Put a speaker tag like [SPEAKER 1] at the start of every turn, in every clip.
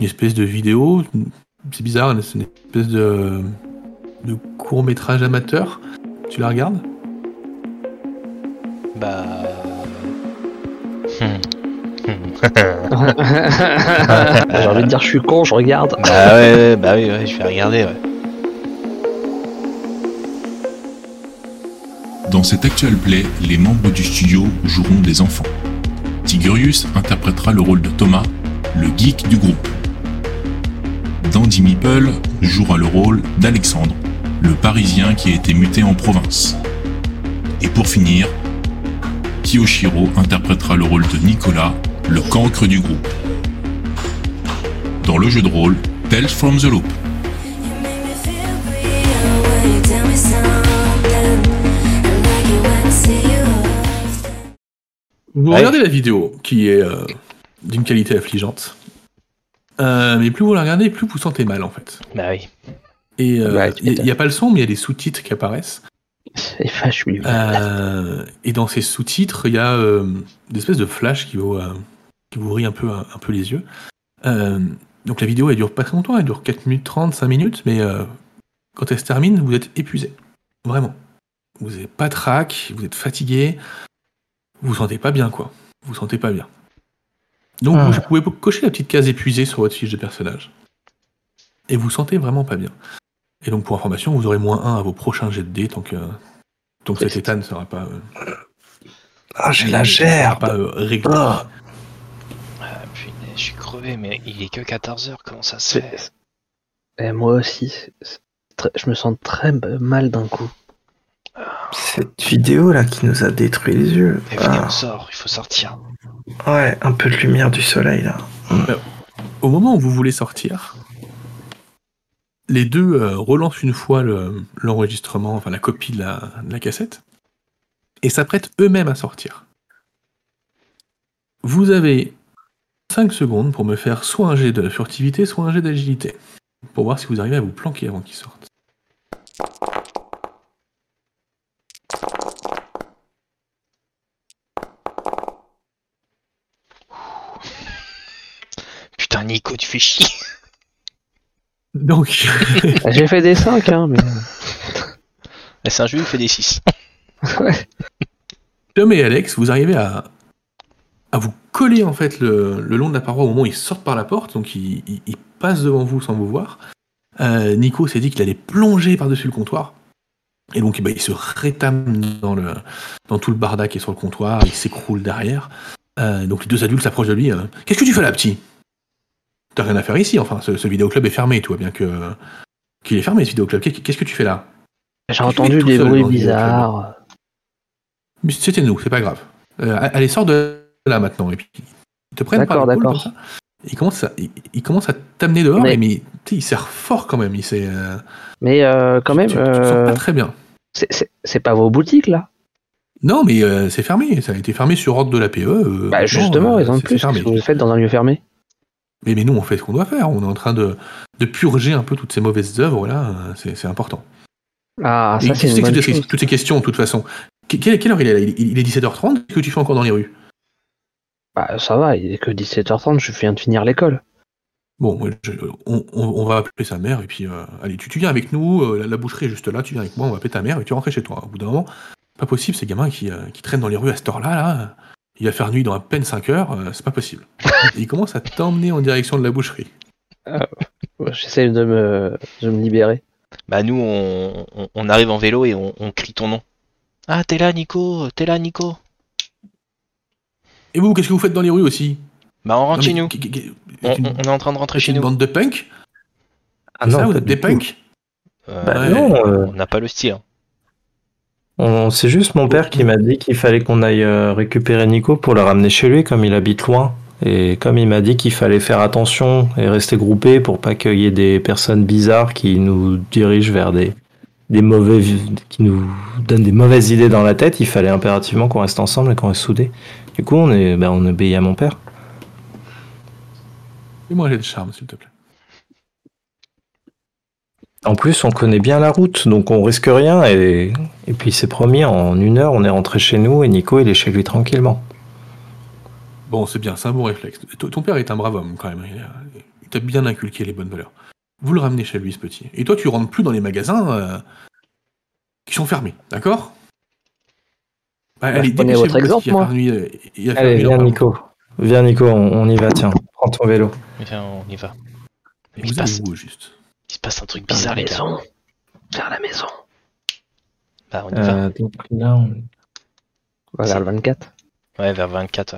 [SPEAKER 1] une espèce de vidéo, c'est bizarre, c'est une espèce de, de court métrage amateur. Tu la regardes
[SPEAKER 2] Bah.
[SPEAKER 3] J'ai envie de dire, je suis con, je regarde.
[SPEAKER 2] bah ouais, ouais, bah oui, ouais, je vais regarder, ouais.
[SPEAKER 4] Dans cet actual play, les membres du studio joueront des enfants. Tigurius interprétera le rôle de Thomas, le geek du groupe. Dandy Meeple jouera le rôle d'Alexandre, le Parisien qui a été muté en province. Et pour finir, Kiyoshiro interprétera le rôle de Nicolas, le cancre du groupe. Dans le jeu de rôle Tales from the Loop.
[SPEAKER 1] Vous
[SPEAKER 2] Ouais.
[SPEAKER 1] regardez la vidéo, qui est euh, d'une qualité affligeante. Euh, mais plus vous la regardez, plus vous sentez mal, en fait.
[SPEAKER 2] Bah oui.
[SPEAKER 1] Et il
[SPEAKER 3] Ouais, tu
[SPEAKER 1] n'y
[SPEAKER 3] m'étonnes.
[SPEAKER 1] a, pas le son, mais il y a des sous-titres qui apparaissent.
[SPEAKER 3] Et enfin, je suis.
[SPEAKER 1] Euh, et dans ces sous-titres, il y a euh, des espèces de flashs qui vous, euh, qui vous ouvrent un peu, un, peu les yeux. Euh, donc la vidéo, elle dure pas très longtemps, elle dure 4 minutes 30, 5 minutes, mais euh, quand elle se termine, vous êtes épuisé. Vraiment. Vous n'avez pas trac, vous êtes fatigué, vous vous sentez pas bien, quoi. Vous vous sentez pas bien. Donc
[SPEAKER 3] Ah.
[SPEAKER 1] vous pouvez po- cocher la petite case épuisée sur votre fiche de personnage. Et vous vous sentez vraiment pas bien. Et donc pour information, vous aurez moins 1 à vos prochains jets de dés tant que, tant que cet
[SPEAKER 3] Triste.
[SPEAKER 1] état ne sera pas... euh,
[SPEAKER 5] Ah, j'ai la
[SPEAKER 1] ne sera
[SPEAKER 5] gerbe.
[SPEAKER 1] pas, euh, réglé.
[SPEAKER 5] Ah.
[SPEAKER 2] Ah, punaise, je suis crevé, mais il est que 14h, comment ça se fait
[SPEAKER 3] C'est- Eh, moi aussi, c'est- c'est très- je me sens très mal d'un coup.
[SPEAKER 5] Cette vidéo là qui nous a détruit les yeux.
[SPEAKER 2] Mais Eh, venez,
[SPEAKER 5] Ah.
[SPEAKER 2] on sort, il faut sortir.
[SPEAKER 5] Ouais, un peu de lumière du soleil là.
[SPEAKER 1] Au moment où vous voulez sortir, les deux euh, relancent une fois le- l'enregistrement, enfin la copie de la, de la cassette, et s'apprêtent eux-mêmes à sortir. Vous avez 5 secondes pour me faire soit un jet de furtivité, soit un jet d'agilité, pour voir si vous arrivez à vous planquer avant qu'ils sortent.
[SPEAKER 2] Putain, Nico, tu fais chier.
[SPEAKER 1] Donc,
[SPEAKER 3] J'ai fait des 5, hein, mais.
[SPEAKER 2] Ah, C'est un jeu, il fait des 6.
[SPEAKER 1] Tom et Alex, vous arrivez à, à vous coller en fait le, le long de la paroi au moment où ils sortent par la porte, donc ils, ils- ils passent devant vous sans vous voir. Euh, Nico s'est dit qu'il allait plonger par-dessus le comptoir. Et donc eh ben, il se rétame dans, le, dans tout le barda qui est sur le comptoir, il s'écroule derrière. Euh, donc les deux adultes s'approchent de lui. euh, Qu'est-ce que tu fais là, petit T'as rien à faire ici, enfin, ce, ce vidéoclub est fermé, tu vois bien que euh, qu'il est fermé ce vidéoclub. Qu'est- Qu'est-ce que tu fais là
[SPEAKER 3] J'ai entendu
[SPEAKER 1] tout
[SPEAKER 3] des
[SPEAKER 1] seul euh,
[SPEAKER 3] bruits
[SPEAKER 1] dans le
[SPEAKER 3] bizarres.
[SPEAKER 1] Mais c'était nous, c'est pas grave. Euh, allez, sors de là maintenant. Et puis, ils te prennent par
[SPEAKER 3] D'accord,
[SPEAKER 1] le col comme
[SPEAKER 3] d'accord.
[SPEAKER 1] ça. Ils commencent à, ils, ils commencent à t'amener dehors,
[SPEAKER 3] Mais-
[SPEAKER 1] mais, mais, tu sais, ils serrent fort quand même. Ils, c'est, euh,
[SPEAKER 3] Mais euh, quand même,
[SPEAKER 1] tu, tu te sens
[SPEAKER 3] euh,
[SPEAKER 1] pas très bien.
[SPEAKER 3] c'est- c'est c'est pas vos boutiques là
[SPEAKER 1] Non, mais euh, c'est fermé. Ça a été fermé sur ordre de la PE. euh,
[SPEAKER 3] Bah
[SPEAKER 1] maintenant,
[SPEAKER 3] justement,
[SPEAKER 1] euh,
[SPEAKER 3] ils en ont
[SPEAKER 1] c'est- c'est
[SPEAKER 3] plus.
[SPEAKER 1] fermé.
[SPEAKER 3] Qu'est-ce que vous faites dans un lieu fermé
[SPEAKER 1] Mais, mais nous, on fait ce qu'on doit faire. On est en train de, de purger un peu toutes ces mauvaises œuvres. là. euh, C'est c'est important.
[SPEAKER 3] Ah,
[SPEAKER 1] Et
[SPEAKER 3] ça
[SPEAKER 1] tu
[SPEAKER 3] c'est
[SPEAKER 1] sais
[SPEAKER 3] une
[SPEAKER 1] que
[SPEAKER 3] bonne
[SPEAKER 1] toutes ces-
[SPEAKER 3] chose.
[SPEAKER 1] toutes ces questions, de toute façon. Que- Quelle, quelle heure il est là il, il est 17h30. Qu'est-ce que tu fais encore dans les rues
[SPEAKER 3] Bah ça va, il est que 17h30, je viens de finir l'école.
[SPEAKER 1] Bon, moi, je- on, on- on va appeler sa mère, et puis euh, allez, tu, tu viens avec nous, euh, la, la boucherie est juste là, tu viens avec moi, on va appeler ta mère, et tu rentres chez toi. Au bout d'un moment, pas possible, ces gamins qui, euh, qui traînent dans les rues à cette heure-là, là, il va faire nuit dans à peine 5 heures, euh, c'est pas possible. Et il commence à t'emmener en direction de la boucherie.
[SPEAKER 3] J'essaie de me, de me libérer.
[SPEAKER 2] Bah nous, on, on- on arrive en vélo et on, on crie ton nom. Ah, t'es là, Nico, t'es là, Nico.
[SPEAKER 1] Et vous, qu'est-ce que vous faites dans les rues aussi
[SPEAKER 2] Bah on
[SPEAKER 1] Non,
[SPEAKER 2] rentre
[SPEAKER 1] mais
[SPEAKER 2] chez nous.
[SPEAKER 1] qu'est- qu'est- qu'est-
[SPEAKER 2] On,
[SPEAKER 1] Est-ce une,
[SPEAKER 2] on- on est en train de rentrer
[SPEAKER 1] est-ce
[SPEAKER 2] chez
[SPEAKER 1] une
[SPEAKER 2] nous.
[SPEAKER 1] bande de punks
[SPEAKER 5] Ah
[SPEAKER 1] C'est ça, vous
[SPEAKER 5] pas
[SPEAKER 1] êtes des
[SPEAKER 5] du tout.
[SPEAKER 1] punks
[SPEAKER 2] Euh,
[SPEAKER 5] Bah
[SPEAKER 1] Ouais.
[SPEAKER 5] non, euh,
[SPEAKER 2] on n'a pas le style. hein.
[SPEAKER 5] on- c'est juste mon père qui m'a dit qu'il fallait qu'on aille euh, récupérer Nico pour le ramener chez lui, comme il habite loin. Et comme il m'a dit qu'il fallait faire attention et rester groupé pour pas qu'il y ait des personnes bizarres qui nous dirigent vers des, des mauvais, vi- qui nous donnent des mauvaises idées dans la tête, il fallait impérativement qu'on reste ensemble et qu'on reste soudés. Du coup, on, est, ben, on obéit à mon père.
[SPEAKER 1] Et moi, j'ai le charme, s'il te plaît.
[SPEAKER 5] En plus, on connaît bien la route, donc on risque rien. Et, et puis c'est promis, en une heure, on est rentré chez nous et Nico, il est chez lui tranquillement.
[SPEAKER 1] Bon, c'est bien, c'est un bon réflexe. T- Ton père est un brave homme, quand même. Il, est- il t'as bien inculqué les bonnes valeurs. Vous le ramenez chez lui, ce petit. Et toi, tu rentres plus dans les magasins euh, qui sont fermés, d'accord Bah,
[SPEAKER 3] Bah, je prenais
[SPEAKER 1] dépêchez-vous,
[SPEAKER 3] votre
[SPEAKER 1] parce
[SPEAKER 3] exemple,
[SPEAKER 1] qu'il va
[SPEAKER 3] moi.
[SPEAKER 1] faire nuit, euh, il va faire
[SPEAKER 5] Allez,
[SPEAKER 1] nuit dans
[SPEAKER 5] viens
[SPEAKER 1] pas
[SPEAKER 5] Nico. Viens Nico, on, on y va, tiens. Prends ton vélo.
[SPEAKER 2] Viens, on y va.
[SPEAKER 1] longtemps. Et
[SPEAKER 2] Il
[SPEAKER 1] vous
[SPEAKER 2] passe.
[SPEAKER 1] allez où, au juste
[SPEAKER 2] Il se passe un truc
[SPEAKER 3] Vers la
[SPEAKER 2] bizarre, les gars.
[SPEAKER 3] maison. Vers la maison.
[SPEAKER 2] Bah, on y va.
[SPEAKER 5] Euh, donc là, on-
[SPEAKER 3] Vers le 24.
[SPEAKER 2] Ouais, vers 24,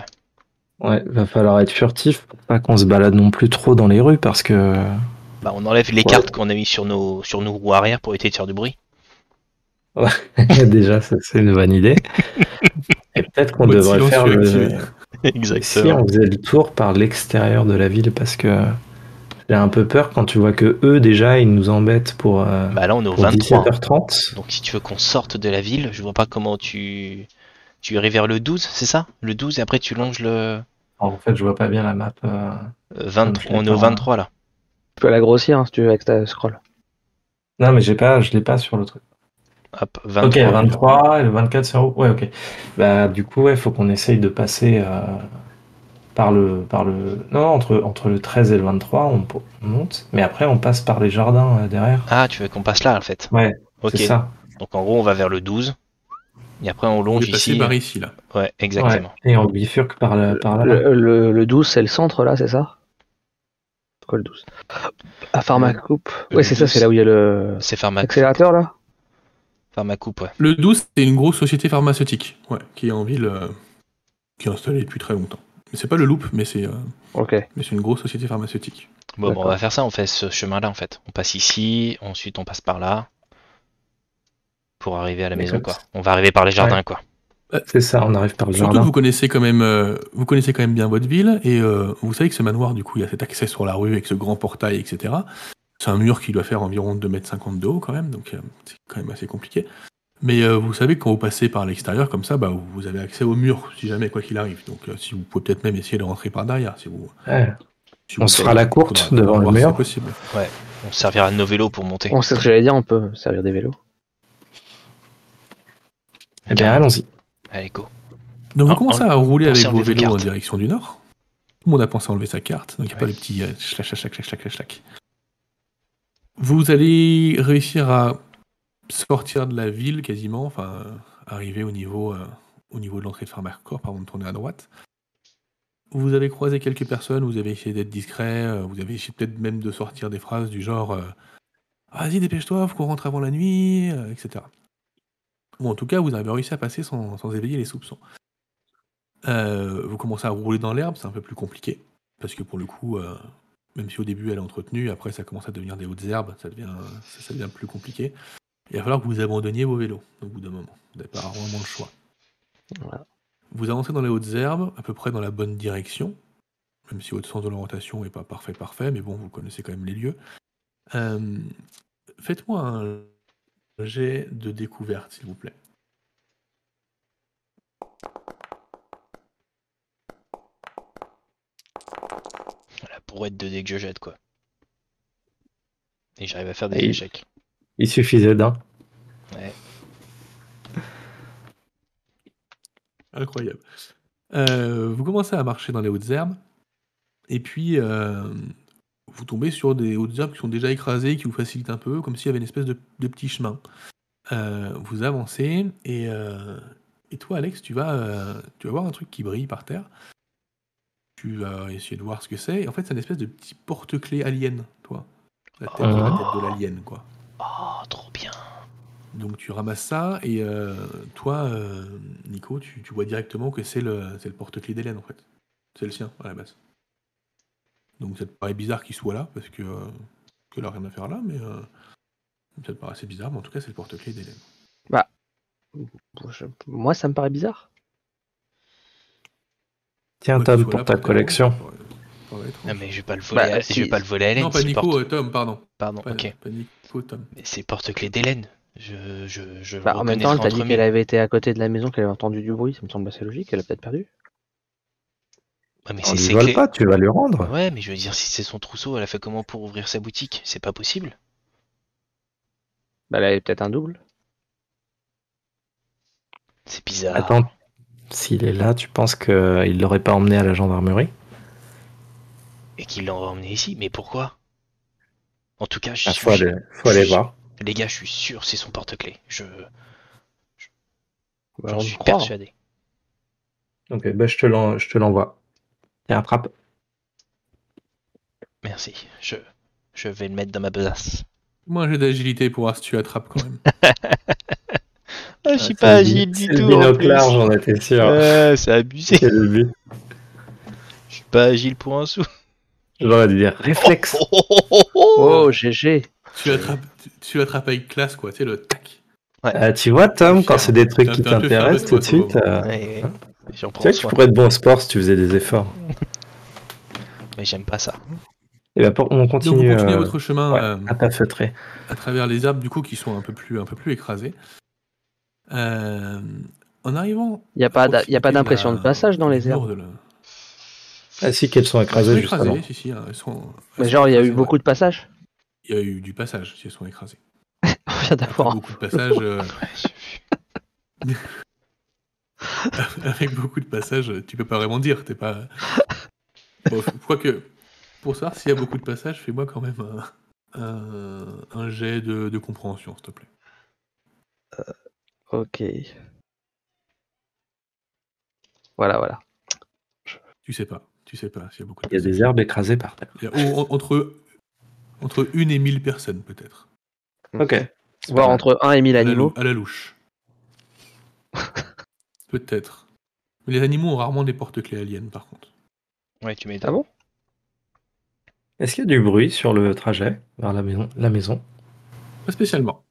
[SPEAKER 2] ouais.
[SPEAKER 5] ouais, va falloir être furtif pour pas qu'on se balade non plus trop dans les rues parce que
[SPEAKER 2] Bah, on enlève les
[SPEAKER 5] Ouais.
[SPEAKER 2] cartes qu'on a mis sur nos, sur nos roues arrière pour éviter de faire du bruit.
[SPEAKER 5] déjà ça, c'est une bonne idée. Et peut-être qu'on
[SPEAKER 1] Mode
[SPEAKER 5] devrait faire
[SPEAKER 1] silencieux
[SPEAKER 5] le,
[SPEAKER 1] activé.
[SPEAKER 5] si on faisait le tour par l'extérieur de la ville parce que j'ai un peu peur quand tu vois que eux déjà ils nous embêtent pour, euh,
[SPEAKER 2] Bah, là, on est au
[SPEAKER 5] pour
[SPEAKER 2] 23. hein.
[SPEAKER 5] 17h30.
[SPEAKER 2] Donc, si tu veux qu'on sorte de la ville, je vois pas comment tu. Tu irais vers le 12, c'est ça Le 12, et après tu longes le.
[SPEAKER 5] En fait, je vois pas bien la map. euh.
[SPEAKER 2] euh, 23. On est au
[SPEAKER 5] D'accord.
[SPEAKER 2] 23 là.
[SPEAKER 3] Tu peux la grossir hein, si tu veux avec ta scroll.
[SPEAKER 5] Non, mais j'ai pas, je l'ai pas sur le truc.
[SPEAKER 2] Hop, 23.
[SPEAKER 5] Ok, 23 et le 24 c'est en haut. Ouais, ok. Bah du coup, ouais, faut qu'on essaye de passer euh, par le par le non entre entre le 13 et le 23, on, po- on monte, mais après on passe par les jardins euh, derrière.
[SPEAKER 2] Ah, tu veux qu'on passe là en fait
[SPEAKER 5] Ouais,
[SPEAKER 2] Ok.
[SPEAKER 5] C'est ça.
[SPEAKER 2] Donc en gros, on va vers le 12. Et après, on
[SPEAKER 1] Vous
[SPEAKER 2] longe
[SPEAKER 1] êtes passé
[SPEAKER 2] ici.
[SPEAKER 1] par ici, là.
[SPEAKER 2] Ouais, exactement.
[SPEAKER 5] Ouais. Et on bifurque par la- par là.
[SPEAKER 3] Le, le, le 12, c'est le centre là, c'est ça C'est quoi le 12 À Pharmacoupe.
[SPEAKER 2] Le
[SPEAKER 3] Ouais, c'est ça,
[SPEAKER 2] 12.
[SPEAKER 3] c'est là où il y a le.
[SPEAKER 2] C'est Pharma...
[SPEAKER 3] Accélérateur là
[SPEAKER 2] Pharmacoupe, ouais.
[SPEAKER 1] Le 12, c'est une grosse société pharmaceutique ouais, qui est en ville, euh, qui est installée depuis très longtemps. Mais C'est pas le Loop, mais c'est euh,
[SPEAKER 3] Ok.
[SPEAKER 1] mais c'est une grosse société pharmaceutique.
[SPEAKER 2] Bon, bon, on
[SPEAKER 3] D'accord.
[SPEAKER 2] va faire ça, on fait ce chemin-là en fait. On passe ici, ensuite on passe par là. Pour arriver à la
[SPEAKER 5] Mais
[SPEAKER 2] maison,
[SPEAKER 5] comme
[SPEAKER 2] quoi.
[SPEAKER 5] ça.
[SPEAKER 2] On va arriver par les jardins, quoi.
[SPEAKER 5] C'est ça, on arrive par le
[SPEAKER 1] Surtout que
[SPEAKER 5] jardin.
[SPEAKER 1] vous connaissez quand même, euh, vous connaissez quand même bien votre ville et euh, vous savez que ce manoir, du coup, il y a cet accès sur la rue avec ce grand portail, etc. C'est un mur qui doit faire environ 2,50 m de haut quand même, donc euh, c'est quand même assez compliqué. Mais euh, vous savez que quand vous passez par l'extérieur comme ça, bah, vous avez accès au mur, si jamais quoi qu'il arrive. Donc euh, si vous pouvez peut-être même essayer de rentrer par derrière, si vous.
[SPEAKER 5] Ouais.
[SPEAKER 1] si
[SPEAKER 5] On
[SPEAKER 1] vous
[SPEAKER 5] se
[SPEAKER 1] pouvez.
[SPEAKER 5] fera la courte
[SPEAKER 1] Faudra-
[SPEAKER 5] devant
[SPEAKER 1] faudra voir si
[SPEAKER 5] le mur.
[SPEAKER 1] c'est possible.
[SPEAKER 2] On se servira de nos vélos pour monter.
[SPEAKER 3] On sait ce que j'allais dire, on peut servir des vélos.
[SPEAKER 5] Eh bien, allons-y.
[SPEAKER 2] Allez, go.
[SPEAKER 1] Donc vous
[SPEAKER 2] En-
[SPEAKER 1] commencez à rouler
[SPEAKER 2] pensez
[SPEAKER 1] avec
[SPEAKER 2] à
[SPEAKER 1] vos
[SPEAKER 2] enlever vos
[SPEAKER 1] vélos en
[SPEAKER 2] cartes.
[SPEAKER 1] direction du nord. Tout le monde a pensé enlever sa carte, donc il n'y a pas
[SPEAKER 2] Ouais.
[SPEAKER 1] le petit euh, schlac, schlac, schlac, schlac, schlac, schlac. Vous allez réussir à sortir de la ville quasiment, enfin euh, arriver au niveau, euh, au niveau de l'entrée de Pharmacorp avant de tourner à droite. Vous avez croisé quelques personnes, vous avez essayé d'être discret, euh, vous avez essayé peut-être même de sortir des phrases du genre euh, Vas-y, dépêche-toi, faut qu'on rentre avant la nuit, euh, etc. Ou en tout cas, vous avez réussi à passer sans- sans éveiller les soupçons. Euh, vous commencez à rouler dans l'herbe, c'est un peu plus compliqué. Parce que pour le coup, euh, même si au début elle est entretenue, après ça commence à devenir des hautes herbes, ça devient, ça, ça devient plus compliqué. Il va falloir que vous abandonniez vos vélos au bout d'un moment. Vous n'avez pas vraiment le choix.
[SPEAKER 3] Voilà.
[SPEAKER 1] Vous avancez dans les hautes herbes, à peu près dans la bonne direction, même si votre sens de l'orientation n'est pas parfait, parfait, mais bon, vous connaissez quand même les lieux. Euh, Faites-moi un jet de découverte, s'il vous plaît.
[SPEAKER 2] La bourrette de dés que je jette, quoi. Et j'arrive à faire des
[SPEAKER 5] Et-
[SPEAKER 2] échecs.
[SPEAKER 5] Il suffisait d'un.
[SPEAKER 1] Incroyable. Euh, vous commencez à marcher dans les hautes herbes, et puis euh, vous tombez sur des hautes herbes qui sont déjà écrasées, qui vous facilitent un peu, comme s'il y avait une espèce de, de petit chemin. Euh, vous avancez, et, euh, et toi, Alex, tu vas, euh, tu vas voir un truc qui brille par terre. Tu vas essayer de voir ce que c'est. Et En fait, c'est une espèce de petit porte-clés alien, toi. La tête, la tête de l'alien, quoi.
[SPEAKER 2] Oh, trop bien.
[SPEAKER 1] Donc tu ramasses ça et euh, toi, euh, Nico, tu, tu vois directement que c'est le, c'est le porte-clés d'Hélène en fait. C'est le sien à la base. Donc ça te paraît bizarre qu'il soit là parce que euh, qu'elle a rien à faire là, mais euh, ça te paraît assez bizarre. Mais en tout cas, c'est le porte-clés d'Hélène.
[SPEAKER 3] Bon, je- Moi, ça me paraît bizarre.
[SPEAKER 5] Tiens,
[SPEAKER 1] Quoi qu'il
[SPEAKER 5] Tom,
[SPEAKER 1] soit là,
[SPEAKER 5] pour ta
[SPEAKER 1] porte-clés,
[SPEAKER 5] collection.
[SPEAKER 1] ça paraît- ça paraît étrange.
[SPEAKER 2] Non, mais je vais pas le voler,
[SPEAKER 3] Bah,
[SPEAKER 2] à...
[SPEAKER 3] si-
[SPEAKER 2] je vais pas le voler à Hélène.
[SPEAKER 1] non, pas
[SPEAKER 2] c'est
[SPEAKER 1] Nico,
[SPEAKER 2] porte-
[SPEAKER 1] euh, Tom, pardon.
[SPEAKER 2] Pardon,
[SPEAKER 1] Pas,
[SPEAKER 2] ok.
[SPEAKER 1] pas Nico, Tom.
[SPEAKER 2] Mais c'est porte-clés d'Hélène. Je, je, je
[SPEAKER 3] Bah, en même temps, elle t'a
[SPEAKER 2] reconnaîtrai
[SPEAKER 3] dit
[SPEAKER 2] entre
[SPEAKER 3] qu'elle
[SPEAKER 2] mille.
[SPEAKER 3] avait été à côté de la maison, qu'elle avait entendu du bruit, ça me semble assez logique, elle a peut-être perdu.
[SPEAKER 2] Ouais, mais
[SPEAKER 5] On
[SPEAKER 2] c'est
[SPEAKER 5] lui
[SPEAKER 2] ses
[SPEAKER 5] vole
[SPEAKER 2] clés.
[SPEAKER 5] pas, tu vas lui rendre.
[SPEAKER 2] Ouais, mais je veux dire, si c'est son trousseau, elle a fait comment pour ouvrir sa boutique C'est pas possible.
[SPEAKER 3] Bah, elle avait peut-être un double.
[SPEAKER 2] C'est bizarre.
[SPEAKER 5] Attends, s'il est là, tu penses qu'il l'aurait pas emmené à la gendarmerie
[SPEAKER 2] et qu'ils l'ont emmené ici. Mais pourquoi En tout cas, je
[SPEAKER 5] Il
[SPEAKER 2] suis-
[SPEAKER 5] faut aller, faut aller voir.
[SPEAKER 2] les gars, Ah, je suis sûr, c'est son porte-clés. Je,
[SPEAKER 3] Bah,
[SPEAKER 2] j'en
[SPEAKER 3] on
[SPEAKER 2] suis
[SPEAKER 3] te croit.
[SPEAKER 2] persuadé.
[SPEAKER 5] Ok, bah, je te l'en- je te l'envoie. Et attrape.
[SPEAKER 2] Merci. Je, je vais le mettre dans ma besace.
[SPEAKER 1] Moi, j'ai d'agilité pour voir si tu attrapes quand même.
[SPEAKER 2] Ah, je
[SPEAKER 5] Ah,
[SPEAKER 2] suis
[SPEAKER 5] c'est
[SPEAKER 2] pas
[SPEAKER 5] le
[SPEAKER 2] agile
[SPEAKER 5] bi-
[SPEAKER 2] du
[SPEAKER 5] c'est le
[SPEAKER 2] tout. en
[SPEAKER 5] binocle
[SPEAKER 2] plus.
[SPEAKER 5] large, j'en étais sûr.
[SPEAKER 2] Ah, c'est abusé.
[SPEAKER 5] C'est le but.
[SPEAKER 2] Je suis pas agile pour un sou.
[SPEAKER 5] J'aurais dû dire réflexe.
[SPEAKER 2] Oh, oh, oh, oh.
[SPEAKER 3] Oh, GG.
[SPEAKER 1] tu attrapes, tu- tu attrapes avec classe, quoi. Tu sais, le tac.
[SPEAKER 2] oh.
[SPEAKER 5] Ah, tu vois, Tom, quand c'est des trucs qui
[SPEAKER 1] T'es un peu
[SPEAKER 5] t'intéressent tout
[SPEAKER 1] fier
[SPEAKER 5] de
[SPEAKER 1] de toi,
[SPEAKER 5] suite, euh,
[SPEAKER 2] Ouais, ouais. J'en
[SPEAKER 5] tu
[SPEAKER 2] prends
[SPEAKER 5] sais que tu
[SPEAKER 2] soin,
[SPEAKER 5] pourrais être bon au sport si tu faisais des efforts.
[SPEAKER 2] mais j'aime pas ça.
[SPEAKER 5] Et ben, pour- on
[SPEAKER 1] Donc, vous
[SPEAKER 5] continue
[SPEAKER 1] continuez
[SPEAKER 5] euh,
[SPEAKER 1] votre chemin
[SPEAKER 5] ouais.
[SPEAKER 1] euh,
[SPEAKER 5] à pas feutrer.
[SPEAKER 1] à travers les arbres, du coup, qui sont un peu plus, un peu plus écrasés. Euh, en arrivant.
[SPEAKER 3] Il n'y a pas d'a- y a pas d'impression de passage dans les airs.
[SPEAKER 1] herbes. Ils
[SPEAKER 5] Ah si, qu'elles sont
[SPEAKER 1] sont
[SPEAKER 5] écrasées, justement.
[SPEAKER 1] écrasés, si, si. hein, ils sont-
[SPEAKER 3] Mais genre, il y a
[SPEAKER 1] c'est
[SPEAKER 3] eu
[SPEAKER 1] vrai.
[SPEAKER 3] beaucoup de passages.
[SPEAKER 1] Il y a eu du passage, si ils sont écrasés.
[SPEAKER 3] On vient
[SPEAKER 1] Après
[SPEAKER 3] d'avoir.
[SPEAKER 1] beaucoup de passages. euh, avec beaucoup de passages, tu peux pas vraiment dire. T'es pas. Bon, f- quoique, pour savoir s'il y a beaucoup de passages, fais-moi quand même un, un, un jet de, de compréhension, s'il te plaît.
[SPEAKER 3] Ok. Voilà, voilà.
[SPEAKER 1] Tu sais pas. Tu sais pas s'il y a beaucoup de
[SPEAKER 5] Il y a
[SPEAKER 1] passages.
[SPEAKER 5] des herbes écrasées par terre.
[SPEAKER 1] Il y a- en- entre, entre une et mille personnes, peut-être.
[SPEAKER 5] Ok.
[SPEAKER 3] Voir entre 1 et 1000
[SPEAKER 1] À, la lou-
[SPEAKER 3] animaux.
[SPEAKER 1] à la louche. peut-être. Mais les animaux ont rarement des porte-clés aliens, par contre.
[SPEAKER 2] Ouais, tu
[SPEAKER 3] Ah
[SPEAKER 2] m'étonnes.
[SPEAKER 3] bon
[SPEAKER 5] Est-ce qu'il y a du bruit sur le trajet vers la maison, la maison
[SPEAKER 1] Pas spécialement.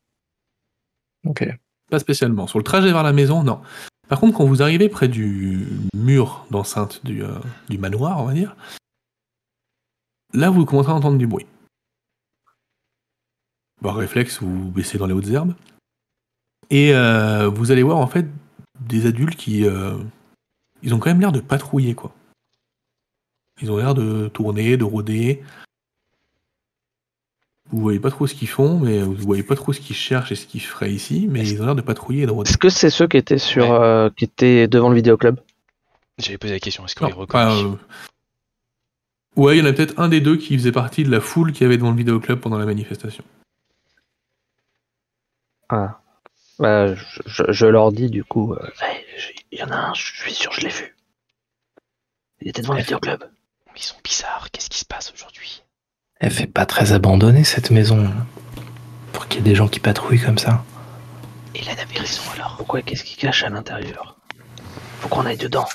[SPEAKER 5] Ok.
[SPEAKER 1] Pas spécialement. Sur le trajet vers la maison, non. Par contre, quand vous arrivez près du mur d'enceinte du, euh, du manoir, on va dire, là, vous commencez à entendre du bruit. Par réflexe, vous vous baissez dans les hautes herbes. Et euh, vous allez voir, en fait, des adultes qui... euh, ils ont quand même l'air de patrouiller, quoi. Ils ont l'air de tourner, de rôder. Vous voyez pas trop ce qu'ils font, mais vous voyez pas trop ce qu'ils cherchent et ce qu'ils feraient ici, mais ils ont l'air de patrouiller et de rôder.
[SPEAKER 3] Est-ce que c'est ceux qui étaient sur,
[SPEAKER 2] Ouais.
[SPEAKER 3] euh, qui étaient devant le vidéoclub
[SPEAKER 2] J'avais posé la question, est-ce qu'on
[SPEAKER 1] Non,
[SPEAKER 2] les
[SPEAKER 1] pas,
[SPEAKER 2] reconnaît
[SPEAKER 1] euh, Ouais, il y en a peut-être un des deux qui faisait partie de la foule qu'il y avait devant le vidéoclub pendant la manifestation.
[SPEAKER 3] Ah. Bah, je, je- je leur dis du coup. euh, Hey, j'ai- il y en a un, je suis sûr, je l'ai vu. Il était devant le vidéoclub.
[SPEAKER 2] Ils sont bizarres, qu'est-ce qui se passe aujourd'hui
[SPEAKER 5] Elle fait pas très abandonnée cette maison. là. Pour qu'il y ait des gens qui patrouillent comme ça.
[SPEAKER 2] Et Hélène avait raison alors.
[SPEAKER 3] Pourquoi Qu'est-ce qu'il cache à l'intérieur Faut qu'on aille dedans.